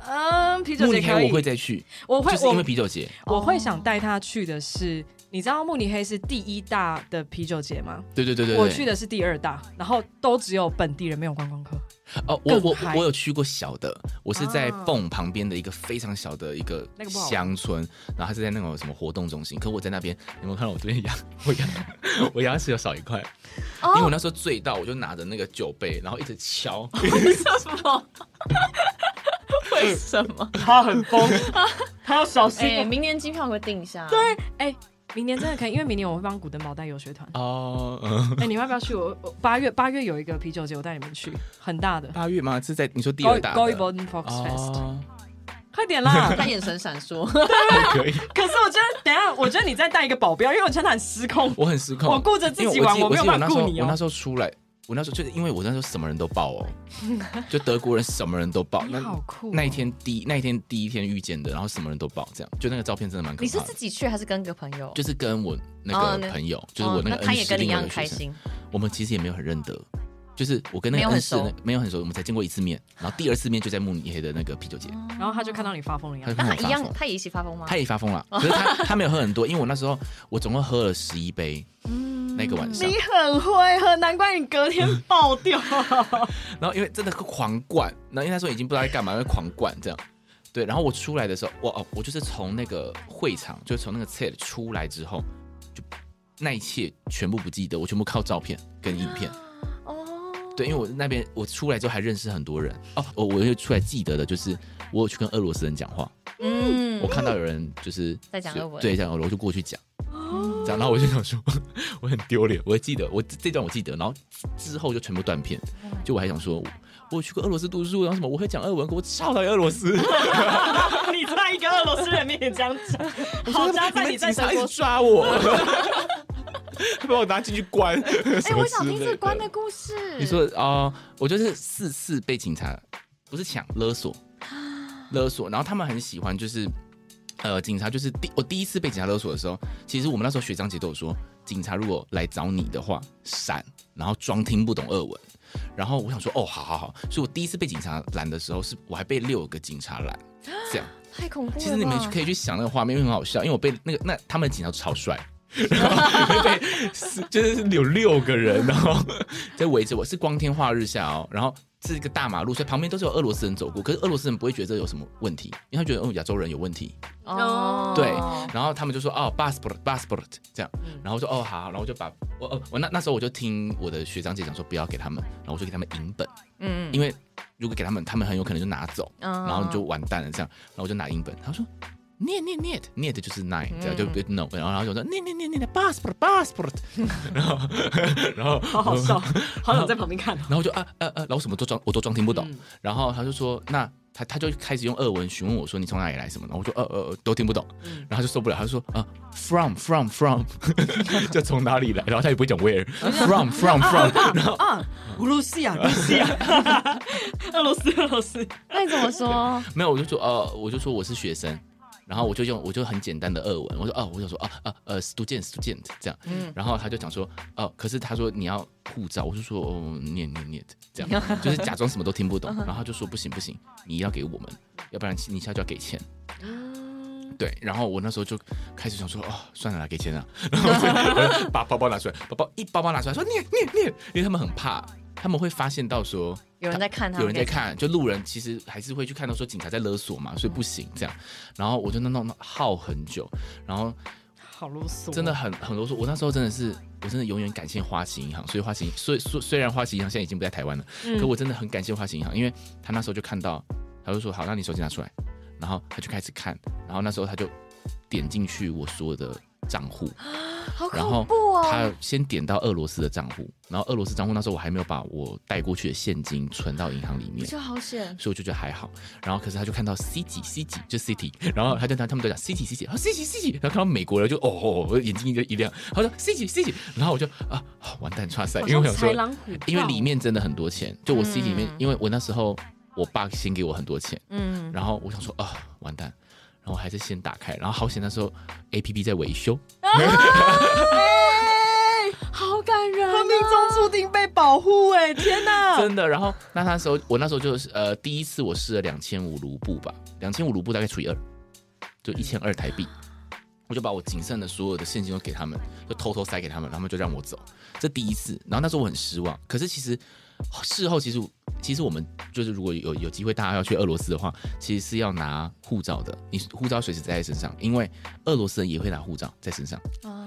A: 嗯，啤酒
C: 慕
A: 节
C: 尼
A: 可
C: 黑
A: 以，
C: 我会再去，
A: 我会
C: 就是因为啤酒节。
A: 我我会想带他去的是，你知道慕尼黑是第一大的啤酒节吗？
C: 对对对对
A: 我去
C: 对。
A: 的是第二大，然后都只有本地人，没有观光客。
C: 哦，我
A: 更
C: 我
A: 嗨
C: 我有去过小的，我是在
A: 啊
C: 蹦旁边的一个非常小的一个
A: 那个不好玩
C: 乡村，然后它是在那种什么活动中心。可我在那边，你有没有看到我这边牙？ 我牙我牙齿有少一块，因为我
B: 哦，
C: 那时候醉到，我就拿着那个酒杯，然后一直 敲。。
B: 为什么？ 为什么？
A: 他很疯， 他要小
B: 哎，明年机票给我订一下。对，
A: 哎，明年真的可以，因为明年我会帮古登堡带游学团
C: 哦，嗯，
A: 哎，你们要不要去？我我八月八月有一个啤酒节，我带你们去，很大的。
C: 八月吗？是在你 说第
A: Go
C: 二大
A: Go
C: 的
A: b o n Fox Fest，
C: 哦，
A: 快点 啦！
B: 他眼神闪烁，
C: 可以。
A: 可是我觉得，等一下，我觉得你再带一个保镖，因为我真的很失控。
C: 我很失控，
A: 我顾着自己
C: 因为
A: 玩
C: 记得
A: 我没有
C: 记得
A: 办法
C: 那时候
A: 顾你哦
C: 我那时候出来，我那时候就是因为我那时候什么人都报 哦，就德国人什么人都报。
A: 你
C: 那
A: 好酷哦
C: 那一天第一那一天第一天遇见的，然后什么人都报，这样就那个照片真的蛮
B: 啊
C: 可
B: 你是
C: 怕
B: 自
C: 的。
B: 己去还是跟个朋友？
C: 就是跟我
B: 哦
C: 那个
B: 那
C: 朋友，就是我那个
B: 哦、那他
C: 恩
B: 也
C: 师
B: 跟你一
C: 另外一
B: 样
C: 个
B: 开
C: 学生，
B: 心，
C: 我们其实也没有很认得，就是我跟那
B: 没有
C: 个
B: 很
C: 恩师那
B: 熟
C: 没有很熟，我们才见过一次面，然后第二次面就在慕尼黑的那个啤酒节，
A: 然后他就看到你发疯的样
C: 他
A: 子
C: 就，
B: 哦那
C: 看
B: 他
C: 我
B: 一
C: 发
B: 样，
C: 疯，
B: 他也一起发疯吗？哦
C: 他也发疯了，可是他他没有喝很多，因为我那时候我总共喝了十一杯，
B: 嗯
C: 那个晚上，
A: 很会喝，难怪你隔天爆掉。
C: 然后因为真的狂灌，然后因为那时候已经不知道在干嘛，因为狂灌这样。对，然后我出来的时候，我哦，我就是从那个会场，就是从那个 set 出来之后，就那一切全部不记得，我全部靠照片跟影片。
B: 哦，
C: 对，因为我那边我出来之后还认识很多人哦，我我就出来记得的就是我有去跟俄罗斯人讲话，
B: 嗯
C: 我，看到有人就是
B: 在讲
C: 就
B: 俄文
C: 对，讲俄文，我就过去讲，讲，然后我就想说 我很丢脸，我记得我这这段我记得，然后之后就全部断片，
B: Oh
C: 就我还想说我我有去过俄罗斯读书，然后什么我会讲俄文，可我超讨厌俄 罗斯，
A: 你在一个俄罗斯人面前这样 讲，好家在
C: 们
A: 你在
C: 警
A: 德
C: 察一直
A: 国
C: 抓我， 把我拿进去关，哎
B: 哎、我想听这关的故事。
C: 你说哦，我就是四次被警察不是抢勒索，勒索，然后他们很喜欢就是。呃，警察就是第我第一次被警察勒索的时候，其实我们那时候学长姐都有说，警察如果来找你的话，闪，然后装听不懂俄文。然后我想说，哦，好好好，所以我第一次被警察拦的时候，是我还被六个警察拦，这样。
B: 太恐怖了吧，
C: 其实你们可以去想那个画面，因为很好笑，因为我被那个那他们的警察超帅。 然后被是就是有六个人，然后在围着我，是光天化日下哦。然后是一个大马路，所以旁边都是有俄罗斯人走过，可是俄罗斯人不会觉得这有什么问题，因为他觉得哦亚洲人有问题。
B: 哦，
C: 对，然后他们就说哦 passport passport 这样，然后我说哦好，好然后我就把我哦我那那时候我就听我的学长姐讲说不要给他们，然后我就给他们银本，
B: 嗯，
C: 因为如果给他们，他们很有可能就拿走，
B: 嗯
C: 然后你就完蛋了这样。然后我就拿英本，他说 net net net net 就是 nine，这样就就 no，然后然后就说 net net net net passport passport，然 后然 后
A: 好好 笑，哦好想在旁边看哦。
C: 然后我就啊呃呃，然后什么都装我都装听不懂，然后他就说那。他他就开始用俄文询问我说你从哪里来什么的，然后我就呃呃呃都听不懂，然后他就受不了，他就说啊 from from from，就从哪里来，然后他也不会讲 where from from from，然后
A: 啊，俄罗斯呀，俄罗斯呀， 俄罗斯，俄罗斯，
B: 那你怎么说？
C: 没有，我就说呃，我就说我是学生，然后我就用我就很简单的俄文，我说哦，我想说啊啊呃，student student 这样，
B: 嗯
C: 然后他就讲说哦、可是他说你要护照，我就说哦，念念念 这样，就是假装什么都听不
B: 嗯
C: 懂，然后他就说不行不行，你要给我们，要不然你下就要给钱。
B: 啊
C: 对，然后我那时候就开始想说，哦，算了啦，给 钱了，然后我就把包包拿出来，包包一包包拿出来，说念念念，因为他们很怕，他们会发现到说，
B: 有人在看他，
C: 有人在，看，就路人其实还是会去看到说警察在勒索嘛，所以不行这样。然后我就那弄弄耗很久，然后
A: 好啰嗦，哦
C: 真的很很啰嗦。我那时候真的是，我真的永远感谢花旗银行。所以花旗，虽虽虽然花旗银行现在已经不在台湾了，
B: 嗯
C: 可我真的很感谢花旗银行，因为他那时候就看到，他就说好，那你手机拿出来，然后他就开始看，然后那时候他就点进去我所有的账户，
B: 好
C: 然后
B: 恐怖哦。
C: 他先点到俄罗斯的账户，然后俄罗斯账户那时候我还没有把我带过去的现金存到银行里
B: 不
C: 面。
B: 就好险，
C: 所以我就觉得还好。然后可是他就看到 C 几 C 几就 City，然后他就他他们都讲 C 几 C 几，啊 C 几 C 几，然后看到美国人就哦哦，哦我眼睛就一亮，他说 C 几 C 几，然后我就啊啊完蛋，差赛，因为我想
A: 豺
C: 说，
A: 狼虎豹，
C: 因为里面真的很多钱，就我 C 里面
B: 嗯，
C: 因为我那时候我爸先给我很多钱，
B: 嗯，
C: 然后我想说啊完蛋。然后我还是先打开，然后好险那时候 A P P 在维修，
B: 好感人哦
A: 他命中注定被保护，哎，天哪！
C: 真的。然后那那时候我那时候就是呃第一次我试了两千五卢布吧，两千五卢布大概除以二，就一千二台币。我就把我仅剩的所有的现金都给他们，就偷偷塞给他们，然后他们就让我走。这第一次，然后那时候我很失望。可是其实哦事后，其实其实我们就是如果有有机会大家要去俄罗斯的话，其实是要拿护照的，你护照随时带在身上，因为俄罗斯人也会拿护照在身上。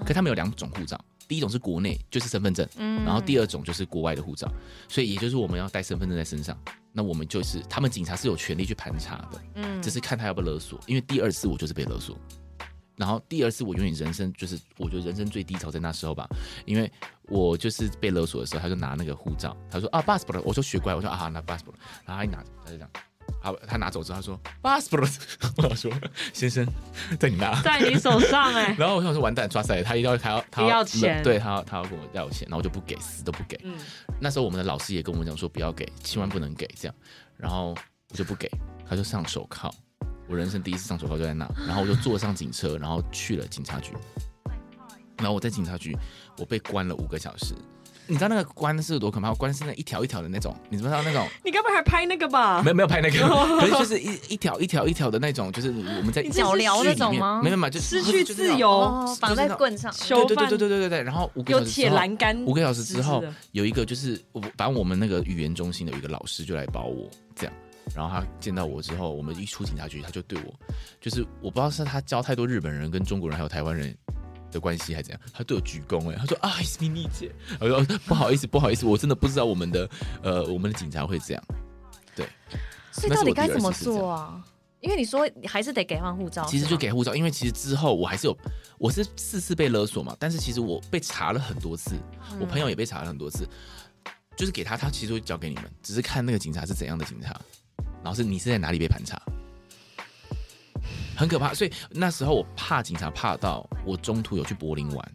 C: 可他们有两种护照，第一种是国内就是身份证，
B: 嗯
C: 然后第二种就是国外的护照，所以也就是我们要带身份证在身上。那我们就是他们警察是有权利去盘查的，
B: 嗯
C: 只是看他要不要勒索。因为第二次我就是被勒索，然后第二次我永远人生就是我觉得人生最低潮在那时候吧，因为我就是被勒索的时候，他就拿那个护照，他说啊 passport，我说学乖，我说啊拿 passport，然后他一拿他就这样，好，他拿走之后，他说 passport，我 想说先生 在你那。
A: 在你手上哎、
C: 然后我想说完蛋，抓塞，他一定要他要他
A: 不要钱
C: 对他要他要跟我要钱，然后我就不给，死都不给。
A: 嗯，
C: 那时候我们的老师也跟我们讲说不要给，千万不能给这样，然后我就不给，他就上手铐，我人生第一次上手铐就在那，然后我就坐上警车，然后去了警察局，然后我在警察局我被关了五个小时，你知道那个关是有多可怕？关是那一条一条的那种，你知不知道那种？
A: 你该不会还拍那个吧？
C: 没有没有拍那个，可是就是一一条一条一条的那种，就是我们在
A: 哦你这是
B: 脚镣那种吗
C: 没？有没有，就
A: 失去
C: 就是那种
A: 自由
B: 哦，绑在棍上，
A: 囚
C: 对对
A: 犯
C: 对对对对对对，然后五个
A: 有
C: 小时之
A: 铁
C: 后
A: 栏杆，
C: 五个小时之后
A: 是的，
C: 有一个就是我，反正我们那个语言中心的有一个老师就来保我这样，然后他见到我之后，我们一出警察局，他就对我，就是我不知道是他教太多日本人跟中国人还有台湾人。的关系还怎样？他对我鞠躬哎、他说啊，is me 丽姐， 我说不好意思，不好意思，我真的不知道我们的呃我们的警察会这样。
B: 所以到底该怎么做啊？因为你说你还是得给换护照，
C: 其实
B: 是
C: 就
B: 吗
C: 给护照，因为其实之后我还是有，我是四次被勒索嘛，但是其实我被查了很多次，我朋友也被查了很多次，就是给他，他其实会交给你们，只是看那个警察是怎样的警察，然后是你是在哪里被盘查，很可怕。所以那时候我怕警察，怕到我中途有去柏林玩。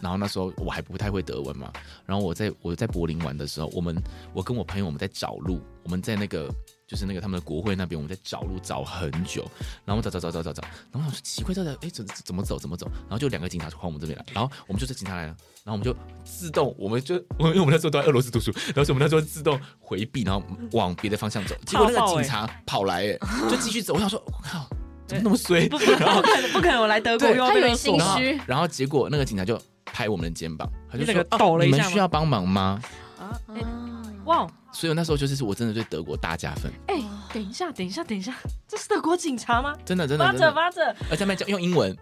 C: 然后那时候我还不太会德文嘛，然后我在我在柏林玩的时候，我们我跟我朋友我们在找路，我们在那个就是那个他们的国会那边，我们在找路找很久，然后我找找找找找找，然后我说奇怪，到底哎怎怎么走怎么走？然后就两个警察就往我们这边来，然后我们就说警察来了，然后我们就自动，我们就我因为我们那时候都在俄罗斯读书，然后所以我们那时候自动回避，然后往别的方向 走，结果
A: 怕
C: 那
A: 爆
C: 个警
A: 欸
C: 察跑来，哎，就继续走，我想说我靠，怎么那么衰？
A: 不不不可能，不可能！我来德国
C: 对
A: 又要被勒索
B: 他有
C: 然
B: 心
C: 后
B: 虚
C: 然后结果那个警察就拍我们的肩膀，他就
A: 你
C: 说啊
A: 整个抖了一
C: 你
A: 下
C: 们
A: 吗
C: 需要帮忙吗？
A: 啊！哎
B: 啊
A: 哇，
C: 所以我那时候就是我真的对德国大加分，
A: 哎，等一下，等一下，等一下，这是德国警察吗？
C: 真的真的
A: 扒
C: 真
A: 着
C: 的，
A: 扒着，
C: 而且他们讲用英文，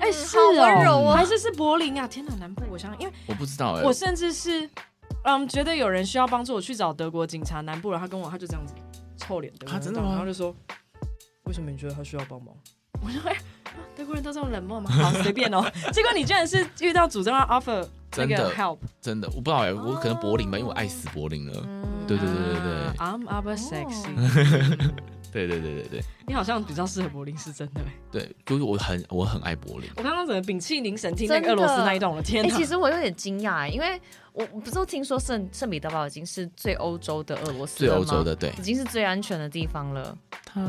A: 哎，
B: 嗯
A: 是
B: 好温柔
A: 哦，
B: 哦
A: 还是是柏林啊？天哪，南部我想，因为
C: 我不知道哎、
A: 我甚至是，嗯，觉得有人需要帮助，我去找德国警察南部了，他跟我，他就这样子臭脸，德国人
C: 啊真的吗
A: 然后就说，为什么你觉得他需要帮忙？ 我说，哎，啊德国人都这么冷漠吗？好，随便哦。 结果你居然是遇到主动要 offer 那
C: 真
A: 个
C: 的
A: help，
C: 真的我不知道哎、我可能柏林吧，因为我爱死柏林
B: 嗯
C: 了。对对对对对
A: 啊，I'm aber sexy，、
C: 对对对对对
A: 你好像比较适合柏林，是真的欸。
C: 对，就是我很我很爱柏林。
A: 我刚刚怎么屏气凝神听那个
B: 真的
A: 俄罗斯那一段，我的欸天
B: 哎、
A: 哪！
B: 其实我有点惊讶、欸因为我我不是都听说圣圣彼得堡已经是最欧洲的俄罗斯
C: 最
B: 了
C: 欧
B: 吗
C: 洲的，对
B: 已，经是最安全的地方了，
C: 它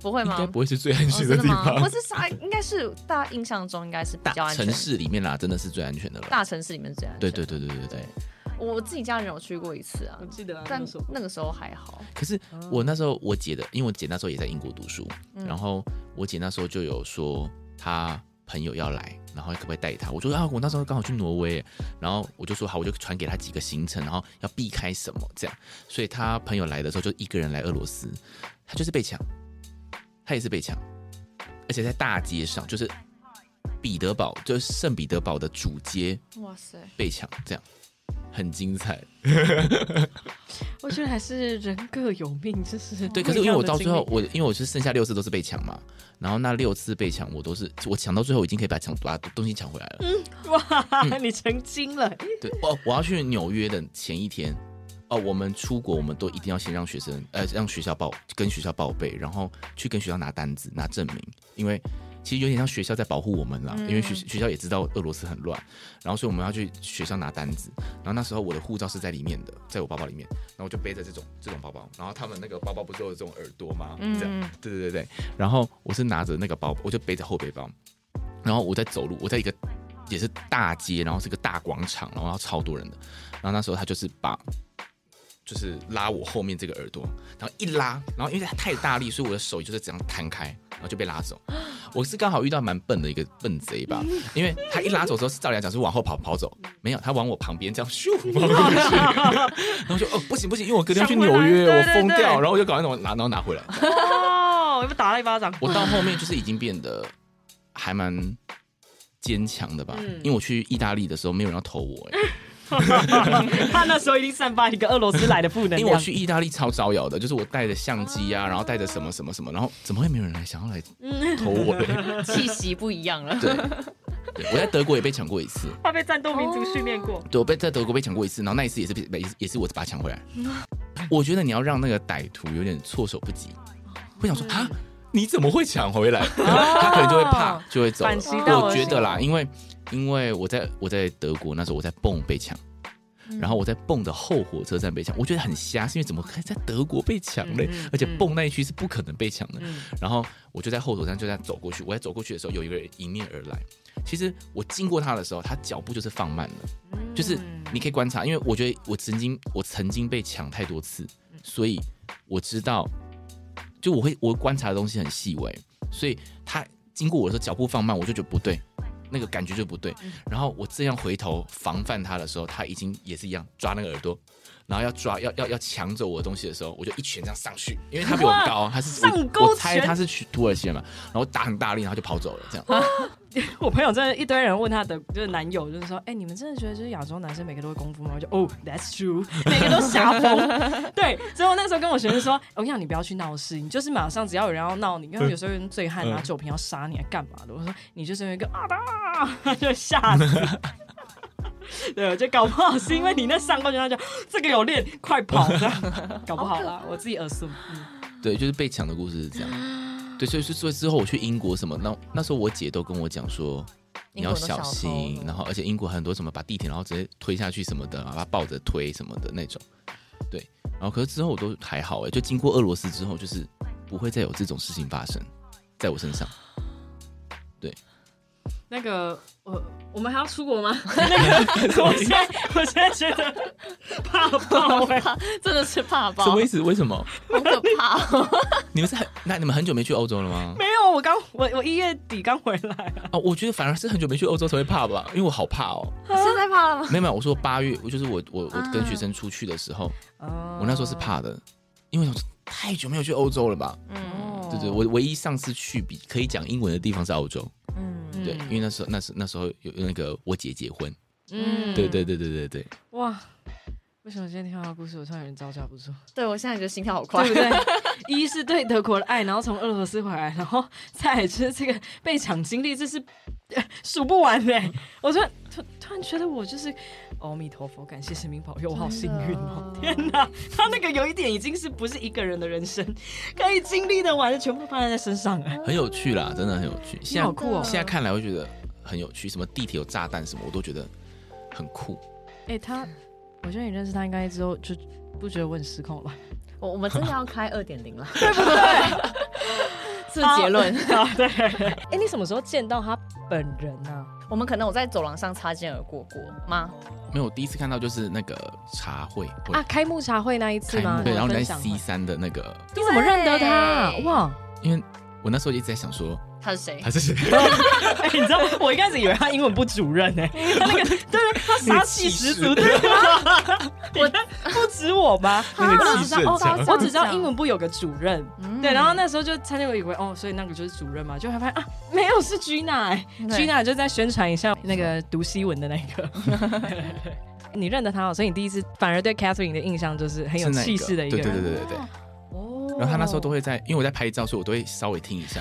B: 不会
C: 应
B: 吗？
C: 该不会是最安
B: 哦
C: 全
B: 真
C: 地
B: 吗？
C: 方
B: 不。是啥，应该是大家印象中应该是比较
C: 大
B: 安全
C: 城
B: 的，
C: 市里面啦，真的是最安全的了。
B: 大城市里面最安全。
C: 对对对对对对。
B: 我，我自己家人有去过一次啊
A: 我，记得啊，
B: 但
A: 那时候
B: 那个时候还好。
C: 可是我那时候我姐的，因为我姐那时候也在英国读书，然后我姐那时候就有说她朋友要来，然后可不可以带她？我就说啊，我那时候刚好去挪威，然后我就说好，我就传给她几个行程，然后要避开什么这样。所以她朋友来的时候就一个人来俄罗斯，她就是被抢，她也是被抢，而且在大街上，就是彼得堡，就是圣彼得堡的主街
B: 哇塞，
C: 被抢，这样很精彩。
A: 我觉得还是人各有命，就是
C: 对，可是因为我到 最后，我因为我是剩下六次都是被抢嘛，然后那六次被抢，我都是我抢到最后已经可以把抢把东西抢回来了。嗯
A: 哇，你成精了，
C: 对，哦我我要去纽约的前一天，哦，我们出国我们都一定要先让学生呃让学校报跟学校报备，然后去跟学校拿单子拿证明，因为其实有点像学校在保护我们啦，因为学学校也知道俄罗斯很乱，然后所以我们要去学校拿单子，然后那时候我的护照是在里面的，在我包包里面，然后我就背着这种这种包包，然后他们那个包包不是都有这种耳朵吗？这样，对对对对，然后我是拿着那个包，我就背着后背包，然后我在走路，我在一个也是大街，然后是个大广场，然后超多人的。然后那时候他就是把，就是拉我后面这个耳朵，然后一拉，然后因为他太大力，所以我的手就是这样摊开，然后就被拉走。我是刚好遇到蛮笨的一个笨 贼吧，因为他一拉走之后，照理来讲是往后跑跑走，没有，他往我旁边这 样咻跑过去，然后就哦不行不行，因为我隔天要去
A: 想回
C: 纽
A: 来
C: 约，
A: 对
C: 我
A: 对
C: 疯
A: 对
C: 掉，然后我就搞那种拿，然后拿回来。
A: 哦，我被打了一巴掌，
C: 我到后面就是已经变得还蛮坚强的吧，
A: 嗯
C: 因为我去意大利的时候没有人要投我、欸，
A: 他那时候一定散发一个俄罗斯来的负能
C: 因为我
A: 量。
C: 去意大利超招摇的，就是我带着相机啊，然后带着什么什么什么，然后怎么会没有人来想要来投我嘞？
B: 气息不一样了。
C: 对，对我在德国也被抢过一次，
A: 他被战斗民族训练过，
C: 对我被在德国被抢过一次，然后那一次也是被也是也是我把它抢回来，我觉得你要让那个歹徒有点措手不及，
A: 哦
C: 会想说啊，你怎么会抢 回来？他可能就会怕，就会走了
A: 哦反其道
C: 我
A: 而
C: 觉
A: 行
C: 得啦，因为因为我在我在德国那时候我在蹦被抢。
A: 嗯
C: 然后我在蹦的后火车站被抢，我觉得很瞎，是因为怎么可以在德国被抢嘞？
A: 嗯嗯
C: 而且
A: 嗯
C: 蹦那一区是不可能被抢的。
A: 嗯
C: 然后我就在后头站就在走过去，我在走过去的时候，有一个人迎面而来。其实我经过他的时候，他脚步就是放慢了，就是
A: 嗯
C: 你可以观察，因为我觉得我曾经我曾经被抢太多次，
A: 嗯
C: 所以我知道，就我会我观察的东西很细微，所以他经过我的时候脚步放慢，我就觉得不对。那个感觉就不对，
A: 嗯
C: 然后我这样回头防范他的时候，他已经也是一样抓那个耳朵，然后要抓要要要抢走我的东西的时候，我就一拳这样上去，因为他比我
A: 哇
C: 高啊，他是
A: 上
C: 我
A: 勾
C: 我猜
A: 拳
C: 他是去土耳其人嘛，然后打很大力，然后就跑走了，这样。
A: 我朋友真的一堆人问他的就是男友，就是说，哎、你们真的觉得就是亚洲男生每个都会功夫吗？我就哦、t h a t s true，每 个都瞎疯。对，所以我那时候跟我学生说，哦我跟你讲，你不要去闹事，你就是马上只要有人要闹你，因为他们有时候有人醉汉拿
C: 嗯
A: 酒瓶要杀你，还干嘛的？我说你就是有一个啊 哒，就吓死。 对，我就搞不好是因为你那上过去，他就这个有练，快跑这样，搞不好啦，我自己耳顺。嗯
C: 对，就是被抢的故事是这样。对，所以所以所以之后我去英国什么，那那时候我姐都跟我讲说，你
B: 英国
C: 要
B: 都小
C: 小心
B: 偷，
C: 然后而且英国很多什么把地铁然后直接推下去什么的，啊把它抱着推什么的那种。对，然后可是之后我都还好哎、就经过俄罗斯之后，就是不会再有这种事情发生在我身上。
A: 那个，我我们还要出国 吗？那个，我现在我现在觉得怕爆哎、
B: 怕真的是怕爆，
C: 什么意
B: 好
C: 思？为什么？
B: 可怕哦！
C: 你们是很那你们很久没去欧洲 了吗？
A: 没有，我刚我我一月底刚回来啊。
C: 啊，我觉得反而是很久没去欧洲才会怕吧，因为我好怕哦。
B: 现在怕了吗？
C: 没有没有，我说八月，我就是我我我
B: 啊
C: 跟学生出去的时候，我那时候是怕的，因为我想说太久没有去欧洲了吧？
B: 嗯
A: 哦，
C: 对对，我唯一上次去比可以讲英文的地方是澳洲，
B: 嗯，
C: 对，因为那时候那时那时候有那个我姐结婚，
B: 嗯
C: 对对对对对对，
A: 哇。为什么今天听到的故事，我突然有点招架不住，
B: 对我现在觉得心跳好快
A: 对不。对？一是对德国的爱，然后从俄罗斯回来，然后再来就是这个被抢经历，这是呃数不完的欸。我突然突突然觉得我就是阿弥陀佛，感谢神明保佑，我好幸运哦！ 天哪，他那个有一点已经是不是一个人的人生可以经历的完的，全部都放在他身上哎。
C: 很有趣啦，真的很有趣。
A: 你
C: 现
A: 好
C: 在
A: 酷哦！
C: 现在看来，我觉得很有趣，什么地铁有炸弹什么，我都觉得很酷。
A: 哎、他，我觉得你认识他应该之后就不觉得我很失控了吧？
B: 我我们真的要开二点零了，对不对？是结论。
A: 啊， 对。哎、你什么时候见到他本人啊？
B: 我们可能我在走廊上擦肩而过过吗？
C: 没有，我第一次看到就是那个茶会会
A: 啊，开幕茶会那一次
C: 开
A: 吗？
C: 幕，对，然后你在
A: 分享会
C: C 三的那个，
A: 你怎么认得他？
B: 对
A: 哇！
C: 因为我那时候一直在想说
B: 他是谁
C: 他？是谁。
A: 哎、你知道我一开始以为他英文部主任呢、他那 个对对，他杀气十足，对 我不止我吧？
C: 那
A: 我
C: 个
A: 只
C: 气
A: 知
C: 势
A: 道
C: 很
A: 哦，
C: 强。
A: 我只知道英文部有个主任，对，然后那时候就参加过以为哦，所以那个就是主任嘛，就还发现啊，没有是 Gina，哎、
B: 对
A: Gina 就在宣传一下那个读西文的那个。你认得他、哦，所以你第一次反而对 Catherine 的印象就是很有
C: 是那
A: 气势的一个
C: 对
A: 人。
C: 对对对对对。
A: 哦
C: 然后他那时候都会在，因为我在拍照，所以我都会稍微听一下，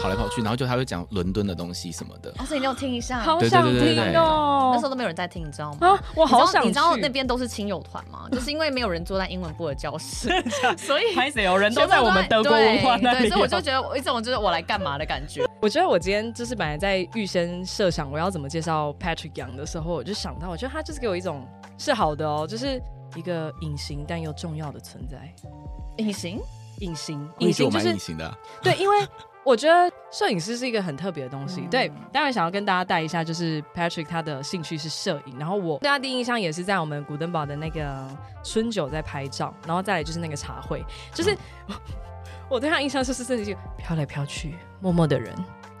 C: 跑来跑去，然后就他会讲伦敦的东西什么的。
B: 哦哦，所以你有听一下。
A: 好想
C: 对对对对
A: 听
C: 对
A: 哦。
B: 那时候都没有人在听，你知道吗？
A: 啊，我好想
B: 你知道你
A: 去
B: 知道那边都是亲友团 吗？就是因为没有人坐在英文部的教室，所以
A: 拍谁哦，人都在我们德国文化那
B: 对，
A: 里啊哦
B: 对所以我就觉得我一种就是我来干嘛的感觉。
A: 我觉得我今天就是本来在预先设想我要怎么介绍 Patrick Yang 的时候，我就想到，我觉得他就是给我一种是好的哦，就是一个隐形但又重要的存在。
B: 隐形，
A: 隐形，
C: 我也
A: 隐
C: 觉
A: 形
C: 得
A: 就
C: 我蛮
A: 是
C: 隐形的啊、
A: 对，因为我觉得摄影师是一个很特别的东西。对，当然想要跟大家带一下，就是 Patrick 他的兴趣是摄影，然后我对他第一印象也是在我们古登堡的那个春酒在拍照，然后再来就是那个茶会，就是、 我对他印象就是真的是飘来飘去、默默的人。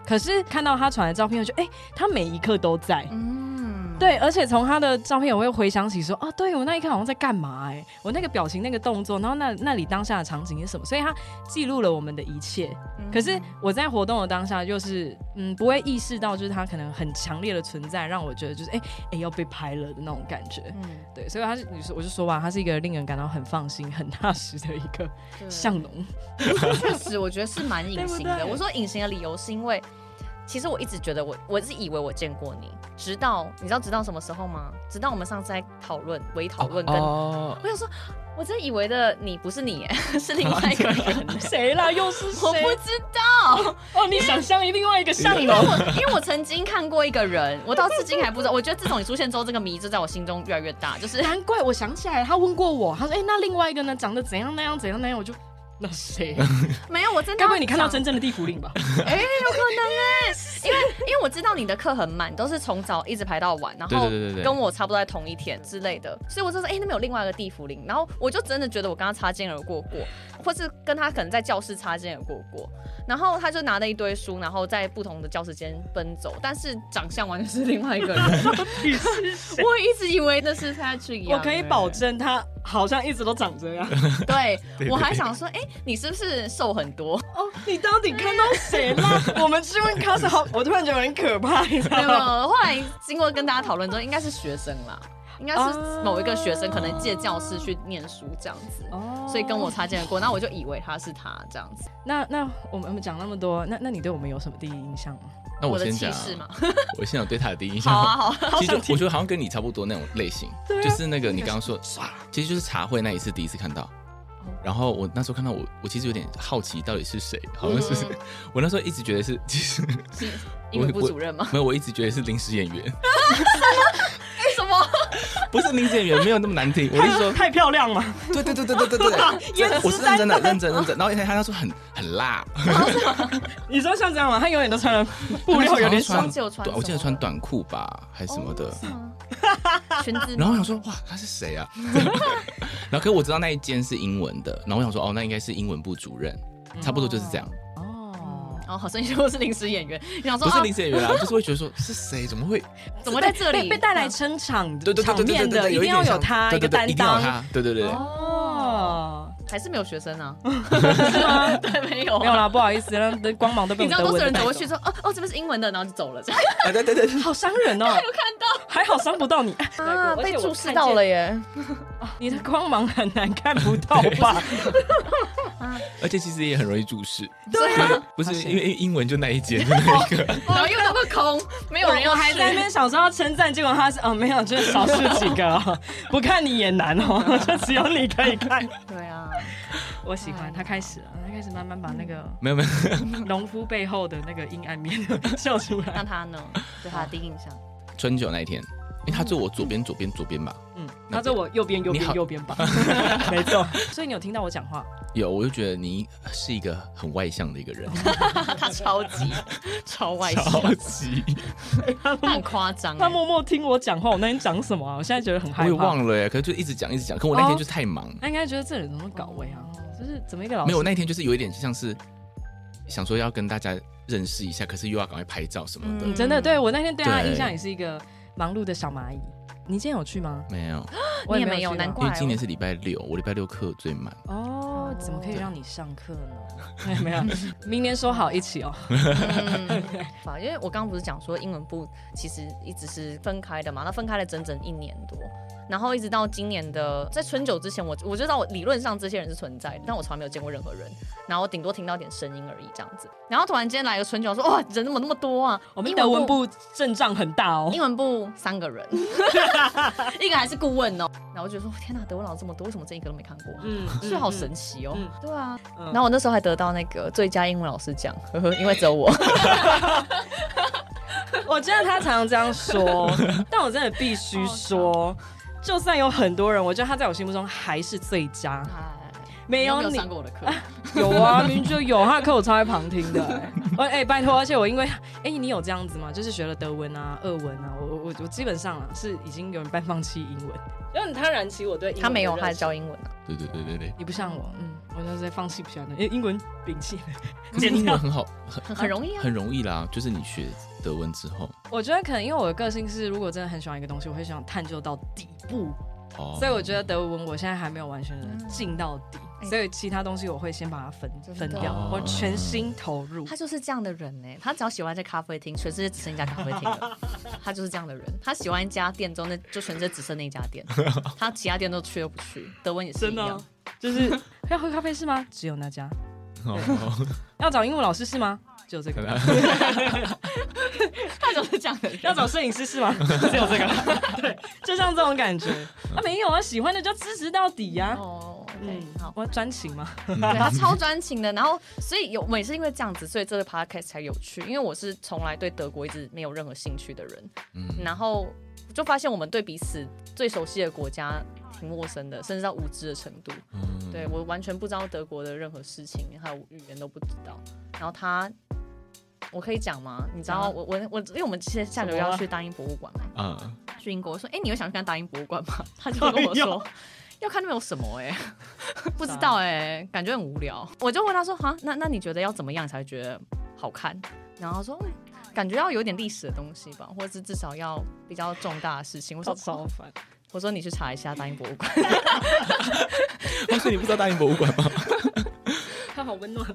A: 可是看到他传的照片，我就哎、他每一刻都在。
B: 嗯，
A: 对，而且从他的照片，我会回想起说，哦，对我那一刻好像在干嘛、哎，我那个表情、那个动作，然后那那里当下的场景是什么？所以他记录了我们的一切。可是我在活动的当下，就是嗯，不会意识到，就是他可能很强烈的存在，让我觉得就是哎哎、要被拍了的那种感觉。
B: 嗯，
A: 对，所以他是你说我就说吧，他是一个令人感到很放心、很踏实的一 个
B: 对
A: 向农。
B: 确实，我觉得是蛮隐形的。
A: 对不对
B: 我说隐形的理由是因为其实我一直觉得我我是以为我见过你，直到你知道直到什么时候吗？直到我们上次在讨论微讨论跟，
C: 哦，
B: 我想说，我真以为的你不是你耶， 是另
C: 哦
B: 外一个 人。
A: 谁啦？又是谁？
B: 我不知道，
A: 哦，你想象一另外一 个上
B: 因为
A: 楼，
B: 我因为我曾经看过一个人，我到至今还不知道。我觉得自从你出现之后，这个谜就在我心中越来越大，就是
A: 难怪我想起来，他问过我，他说：“哎、那另外一个呢？长得怎样那样怎样那样？”我就那 谁？
B: 没有我真的
A: 该
B: 要
A: 不会你看到
B: 讲
A: 真正的地府令吧？
B: 哎、有可能哎、因为因为我知道你的课很满，都是从早一直排到晚，然后
C: 对对对对对
B: 跟我差不多在同一天之类的，所以我就说，哎、那边有另外一个地府灵，然后我就真的觉得我跟他擦肩而过过，或是跟他可能在教室擦肩而过过，然后他就拿了一堆书，然后在不同的教室间奔走，但是长相完全是另外一个人，
A: 你是谁？
B: 我一直以为那是他 去一
A: 我
B: 样，
A: 可以保证，他好像一直都长 这样。
B: 对
C: 对
B: 我还想说，哎、你是不是瘦很多？
A: 哦，你到底看到谁 啦？我们去问卡斯好，我突然觉得有点可怕，你知
B: 没
A: 道
B: 有，没有
A: 吗？
B: 后来经过跟大家讨论之后，应该是学生啦，应该是某一个学生
A: 哦
B: 可能借教室去念书这样子，
A: 哦
B: 所以跟我擦肩而过，那我就以为他是他这样子，
A: 那那我们我们讲那么多，那那你对我们有什么第一印象吗？
C: 那我
B: 我的
C: 先
B: 气
C: 讲啊，
B: 势 嘛，
C: 我先讲对他的第一印象。
B: 好啊好啊，
C: 其实就我觉得好像跟你差不多那种类型，
A: 对啊
C: 就是那个你刚刚说，其实就是茶会那一次第一次看到。然后我那时候看到我，我其实有点好奇到底是谁，好像是
B: 嗯
C: 谁。 我那时候一直觉得是，其实
B: 是英文部主任吗？
C: 没有，我一直觉得是临时演员，
B: 为什么？
C: 不是临时演员，没有那么难听。我是说，
A: 太漂亮了，
C: 对对对对对对对 对，真的我是认真的，认真认真。然后他他说很很辣，
A: 你说像这样吗？他永远都穿了布料，有点
C: 他
A: 少
C: 那
B: 忘。记
C: 时
B: 有
C: 候好
B: 穿
C: 像短我记
B: 什么
C: 得
B: 哦
C: 穿短裤吧，还是什 么的。
B: 是吗？裙子
C: 然
B: 吗？
C: 后我想说，哇，他是谁啊？ 然后可是我知道那一间是英文的，然后我想说，哦，那应该是英文部主任，差不多就是这样，
A: 哦，
B: 哦，好像又是临时演员，你想说
C: 不是
B: 啊
C: 临时演员啦，就是会觉得说是谁，怎么会？
B: 怎么在这里
A: 被被带来撑场
C: 对对对
A: 场
C: 对对
A: 面
C: 对
A: 的，
C: 对，
A: 一定
C: 点
A: 要有
C: 像
A: 他
C: 对
A: 一个
C: 对对
A: 担
C: 一定要有
A: 当。
C: 他，对对对，对
B: 哦，
A: 哦，
B: 还是没有学生啊？
A: 是吗？
B: 对，没有啊
A: 没有。啦，不好意思，让光芒都被
B: 你
A: 我
B: 知
A: 们德文
B: 道都是
A: 的
B: 人
A: 带
B: 走
A: 走
B: 过去说，哦哦，这边是英文的，然后就走了，这样
C: 啊对对对 对，
A: 好伤人哦，
B: 就看到。
A: 还好伤不到你，
B: 啊，
A: 而且
B: 被
A: 我
B: 注
A: 看
B: 视到
A: 见
B: 了耶！
A: 你的光芒很难看不到 吧？
C: 而且其实也很容易注视，
B: 对
C: 就是不是因为英文就那一间那一个，
B: 然后又那么空，没有人
A: 我
B: 要
A: 我还在那边想说要称赞，结果他是哦没有，就是少数几个哦， 不看你也难哦， 就只有你可以看。
B: 对啊，
A: 我喜欢他开始了，他开始慢慢把那 个
C: 没有没有，
A: 农夫背后的那个阴暗面秀出 来
B: 那。他呢？对他的第一 印象，
C: 春酒那一天，因为他坐我左边左边左边吧，
A: 嗯，他在我右边右
C: 你好
A: 边右边吧， 没错。所以你有听到我讲话，
C: 有我就觉得你是一个很外向的一个人，
B: 他超 级超外向，
C: 超级，
B: 他很夸张欸。
A: 他默默听我讲话，我那天讲什么啊？我现在觉得很害
C: 我也
A: 怕。
C: 忘了哎，可是就一直讲一直讲，可我那天就是太忙，
A: 他应该觉得这人怎么搞味啊？就是怎么一个老师
C: 没有，那一天就是有一点像是想说要跟大家认识一下，可是又要赶快拍照什么的。
A: 嗯，真的，对我那天对他的
C: 对
A: 印象也是一个忙碌的小蚂蚁。你今天有去吗？
C: 没有，
A: 我
B: 你也没有啊
A: 去啊吗
B: 难怪
C: 因为今年是礼拜六，我礼拜六课最满。
A: 哦，怎么可以让你上课呢？ 没哦有，明年说好一起 哦。
B: 嗯，因为我刚刚不是讲说英文部其实一直是分开的嘛，那分开了整整一年多，然后一直到今年的在春酒之前，我我知道我理论上这些人是存在的，但我从来没有见过任何人，然后顶多听到点声音而已这样子。然后突然间来个春酒，我说哇人怎么那么多啊？
A: 我们
B: 英
A: 德文部阵仗很大哦。
B: 英文部 三个人，一个还是顾问哦。然后我就说天哪，德文老师这么多，为什么这一个都没看过？啊
A: 嗯，
B: 是好神奇哦。
A: 嗯
B: 对啊，
A: 嗯
B: 然后我那时候还得到那个最佳英文老师奖，呵呵，因为只 有我。
A: 我觉得他常常这样 说，但我真的必须说。就算有很多人，我觉得他在我心目中还是最佳。哎没有
B: 你
A: 你
B: 上过我的课，
A: 有啊， 明明就有他的课，我超爱旁听的、欸。 我哎、拜托，而且我因为哎、你有这样子吗？就是学了德文啊、俄文啊，我我我我基本上啊是已经有人半放弃英文，就很他燃起我对英文
B: 他没有，
A: 的
B: 他
A: 热
B: 还
A: 情
B: 教英文啊。
C: 对对对对对，
A: 你不像我，嗯，我就是放弃不喜欢的，因为英文摒弃。
C: 可是英文很好，很
B: 很很容易啊
C: 很容易啦。就是你学德文之后，
A: 我觉得可能因为我的个性是，如果真的很喜欢一个东西，我会想探究到底部，
C: 哦，
A: 所以我觉得德文我现在还没有完全的进到底，
B: 嗯
A: 所以其他东西我会先把它分
B: 真的
A: 分掉，
C: 哦
A: 我全心投入
B: 他。就是这样的人呢、他只要喜欢在咖啡厅，全世界只剩一家咖啡厅 了。他就是这样的人，他喜欢一家店之后，那就全世界只剩那一家 店，他其他店都去都不去。德文也是
A: 真
B: 一
A: 的
B: 样
A: 哦。 要喝咖啡是吗？只有那家。
C: 哦
A: 要找英文老师是吗？就这个，
B: 他怎么讲的？
A: 要找摄影师是吗？
D: 只有这个。
A: 就像这种感觉，啊没有啊，喜欢的就支持到底呀、
B: 哦，OK，
A: 嗯，
B: 好，
A: 我专情嘛，
B: 对他超专情的。然后，所以有我也是因为这样子，所以这个 podcast 才有趣。因为我是从来对德国一直没有任何兴趣的人，
C: 嗯，
B: 然后就发现我们对彼此最熟悉的国家挺陌生的，甚至到无知的程度。
C: 嗯
B: 对我完全不知道德国的任何事情，还有语言都不知道。然后他，我可以讲吗？你知
A: 讲啊
B: 道我我我，因为我们其实下个月
D: 怎么
B: 要
D: 了
B: 去大英博物馆嘛，
C: 啊，
B: 去英国，我说，哎、你有想去看大英博物馆吗？ 他就跟我
D: 哎
B: 说
D: 呦。
B: 要看那边有什么哎、 不 知道哎、感觉很无聊。我就问他说：“哈，那那你觉得要怎么样才会觉得好看？”然后他说：“嗯，感觉要有点历史的东西吧，或者是至少要比较重大的事情。”我说：“哦
A: 超烦。
B: 我说你去查一下大英博物馆。
C: 哦，所以你不知道大英博物馆吗？
A: 他好温暖哦。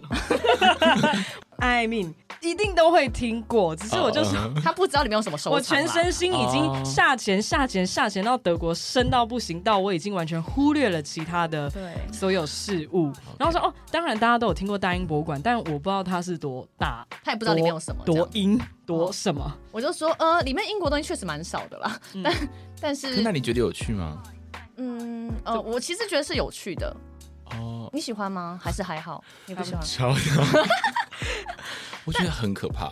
A: I
B: 哦
A: mean，一定都会听过，只是我
D: 嗯
A: 就说。
C: 哦，”
B: 他不知道里面有什么收藏啦。啊
A: 我全身心已
D: 哦
A: 经下潜、下潜、下潜到德国，深到不行，到我已经完全忽略了其他的
B: 对，
A: 所有事物。然后说哦，当然大家都有听过大英博物馆，但我不知道它是多大，
B: 他也不知道里面有什么。哦这
A: 多
B: 样
A: 英、多什么。
B: 我就说，呃，里面英国东西确实蛮少的啦，
A: 嗯
B: 但但
C: 那
B: 是，
C: 你觉得有趣吗？
B: 嗯，呃，我其实觉得是有趣的。
C: 哦，
B: 你喜欢吗？还是还好？你不喜欢？
C: 超 我觉得很可怕。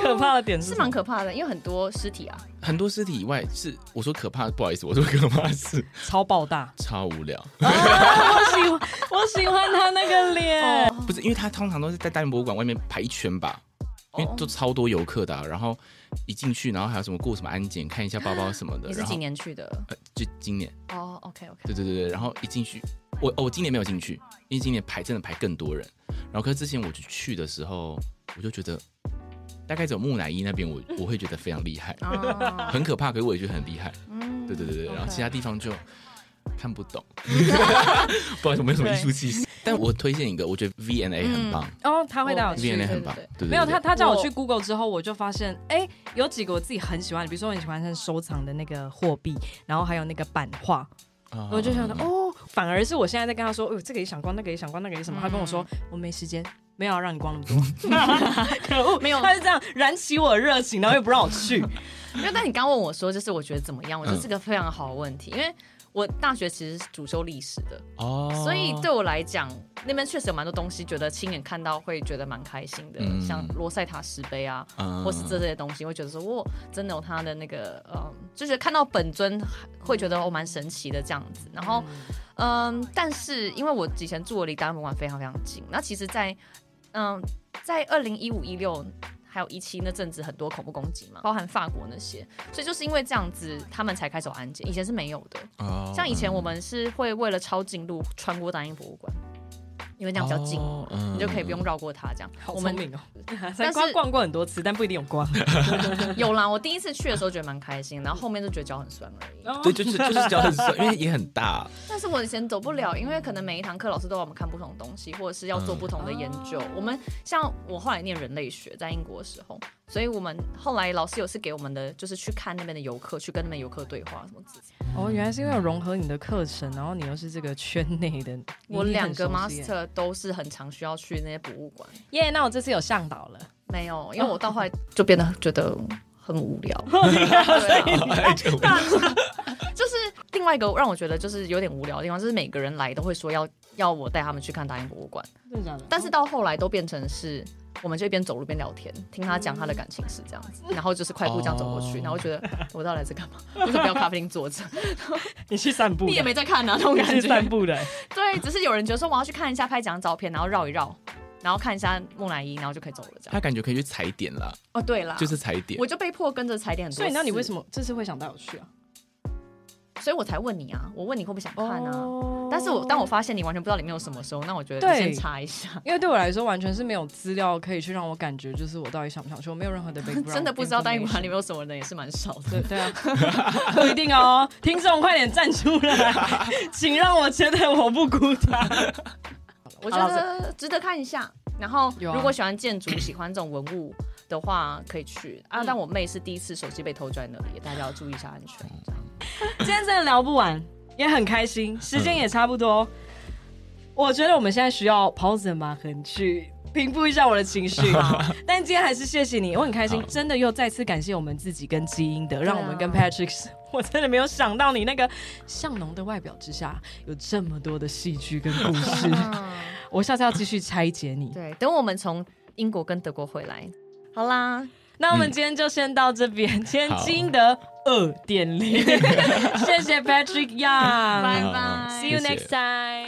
A: 可怕的点哦是
B: 是
A: 什么
B: 蛮可怕的，因为很多尸体啊。
C: 很多尸体以外是，我说可怕，不好意思，我说可怕是。
A: 超爆大
C: 超无聊，
A: 我喜欢，我喜欢他那个脸。
B: 哦，
C: 不是因为他通常都是在大英博物馆外面排一圈吧，因为
B: 哦
C: 都超多游客的啊、然后一进去，然后还有什么过什么安检，看一下包包什么的，
B: 你是
C: 然后
B: 几年去的？
C: 呃，就今年，
B: 哦，OK OK，
C: 对对对对，然后一进去，我哦，我今年没有进去，因为今年排真的排更多人，然后可是之前我去去的时候，我就觉得大概只有木乃伊那边我我会觉得非常厉害，
B: 啊，
C: 很可怕，可是我也觉得很厉害，
B: 嗯
C: 对对对对，然后
B: OK
C: 其他地方就看不 懂，不好意思，我没有什么艺术气息。但我推荐一个，我觉得 V N A 很棒、
A: 哦，他会带我
B: 嗯
A: 去
C: v。N A 很棒
B: 对，
C: 对对对
A: 没有他，
C: 对
A: 他叫我
B: 我
A: 去 Google 之后，我就发现，哎、有几个我自己很喜欢，比如说我很喜欢看收藏的那个货币，然后还有那个版画，
C: 啊
A: 我就想说，哦，反而是我现在在跟他说，哦，这个也想逛，那个也想逛，那个也什么，
B: 嗯
A: 他跟我说我没时间。没有要啊让你逛那么多，可 恶！
B: 没有
A: 他是这样燃起我的热情，然后又不让我去。
B: 因为但你刚问我说，就是我觉得怎么样？我觉得
C: 嗯
B: 这个非常好的问题，因为我大学其实是主修历史的，
C: 哦，
B: 所以对我来讲，那边确实有蛮多东西，觉得亲眼看到会觉得蛮开心的，
C: 嗯
B: 像罗塞塔石碑啊，
C: 嗯
B: 或是这些东西，会觉得说，哇，真的有他的那个，嗯，就是看到本尊会觉得哦，蛮神奇的这样子。然后，嗯，但是因为我以前住的离大英博物馆非常非常近，那其实在，嗯，在二零一五一六。还有一期那阵子很多恐怖攻击嘛，包含法国那些，所以就是因为这样子，他们才开始有安检，以前是没有的。
C: 哦
B: 像以前我们是会为了抄近路穿过大英博物馆，因为这样比较近，
C: 哦嗯
B: 你就可以不用绕过它这样。
A: 好
B: 我
A: 聪
B: 们
A: 明哦， 才
B: 但
A: 逛
B: 是
A: 逛过很多次，但不一定有逛。
B: 有啦，我第一次去的时候觉得蛮开心，然后后面就觉得脚很酸而已。
C: 对，就是就是脚很酸，因为也很大，
B: 但是我以前走不了，因为可能每一堂课老师都要我们看不同的东西，或者是要做不同的研究。
A: 嗯
B: 我们像我后来念人类学，在英国的时候，所以我们后来老师有是给我们的，就是去看那边的游客，去跟那边游客对话什么之类的。
A: 哦，原来是因为有融合你的课程，然后你又是这个圈内的。
B: 我
A: 你一定
B: 两
A: 很
B: 个
A: 熟悉耶
B: master 都是很常需要去那些博物馆，
A: 耶那我这次有上岛了。
B: 没有，因为我到后来就变得觉得很无 聊。
A: 对啊
B: 就是另外一个让我觉得就是有点无聊的地方，就是每个人来都会说要要我带他们去看大英博物馆，
A: 真的假哦的
B: 但是到后来都变成是。我们就一边走路边聊天，听他讲他的感情史这样子，然后就是快步这样走过去，
C: 哦
B: 然后我觉得我到底来这干嘛？我就不要咖啡厅坐着，
A: 你去散步的，
B: 你也没在看啊，那种
A: 你
B: 感
A: 去散
B: 觉。
A: 步的，
B: 对，只是有人觉得说我要去看一下拍几张照片，然后绕一绕，然后看一下木乃伊，然后就可以走了这样。
C: 他感觉可以去踩点 啦，
B: 哦，对啦，
C: 就是踩点
B: 我。就被迫跟着踩点很多。
A: 所以那你为什
B: 么？
A: 么这次会想带我去啊？
B: 所以我才问你啊，我问你会不会想看啊？
A: 哦
B: 但是我当我发现你完全不知道里面有什么时候，那我觉得你
A: 对
B: 先查一下，
A: 因为对我来说完全是没有资料可以去让我感觉就是我到底想不想去，我没有任何的 background，
B: 真的不知道大英博物馆里
A: 面。
B: 面有什么人也是蛮少的。
A: 对对啊， 不一定哦，听众快点站出 来，请让我觉得我不孤单。
B: 我觉得值得看一下。然后，
A: 有啊
B: 如果喜欢建筑、喜欢这种文物的话，可以去啊。
A: 嗯
B: 但我妹是第一次手机被偷拽那里，大家要注意一下安全。这样
A: 今天真的聊不完，也很开心，时间也差不多。我觉得我们现在需要 pause 马恒去平复一下我的情绪。啊 但今天还是谢谢你，我很开心
C: 好，
A: 真的又再次感谢我们自己跟基因的，
B: 啊
A: 让我们跟 Patrick 是。我真的没有想到你那个向农的外表之下有这么多的戏剧跟故 事，我下次要继续拆解你。
B: 嗯对，等我们从英国跟德国回来，好啦，
A: 那我们今天就先到这边，今天
C: 好
A: 基因的 二点零，谢谢 Patrick Young，See
C: 拜
A: you
C: 谢谢
A: next time。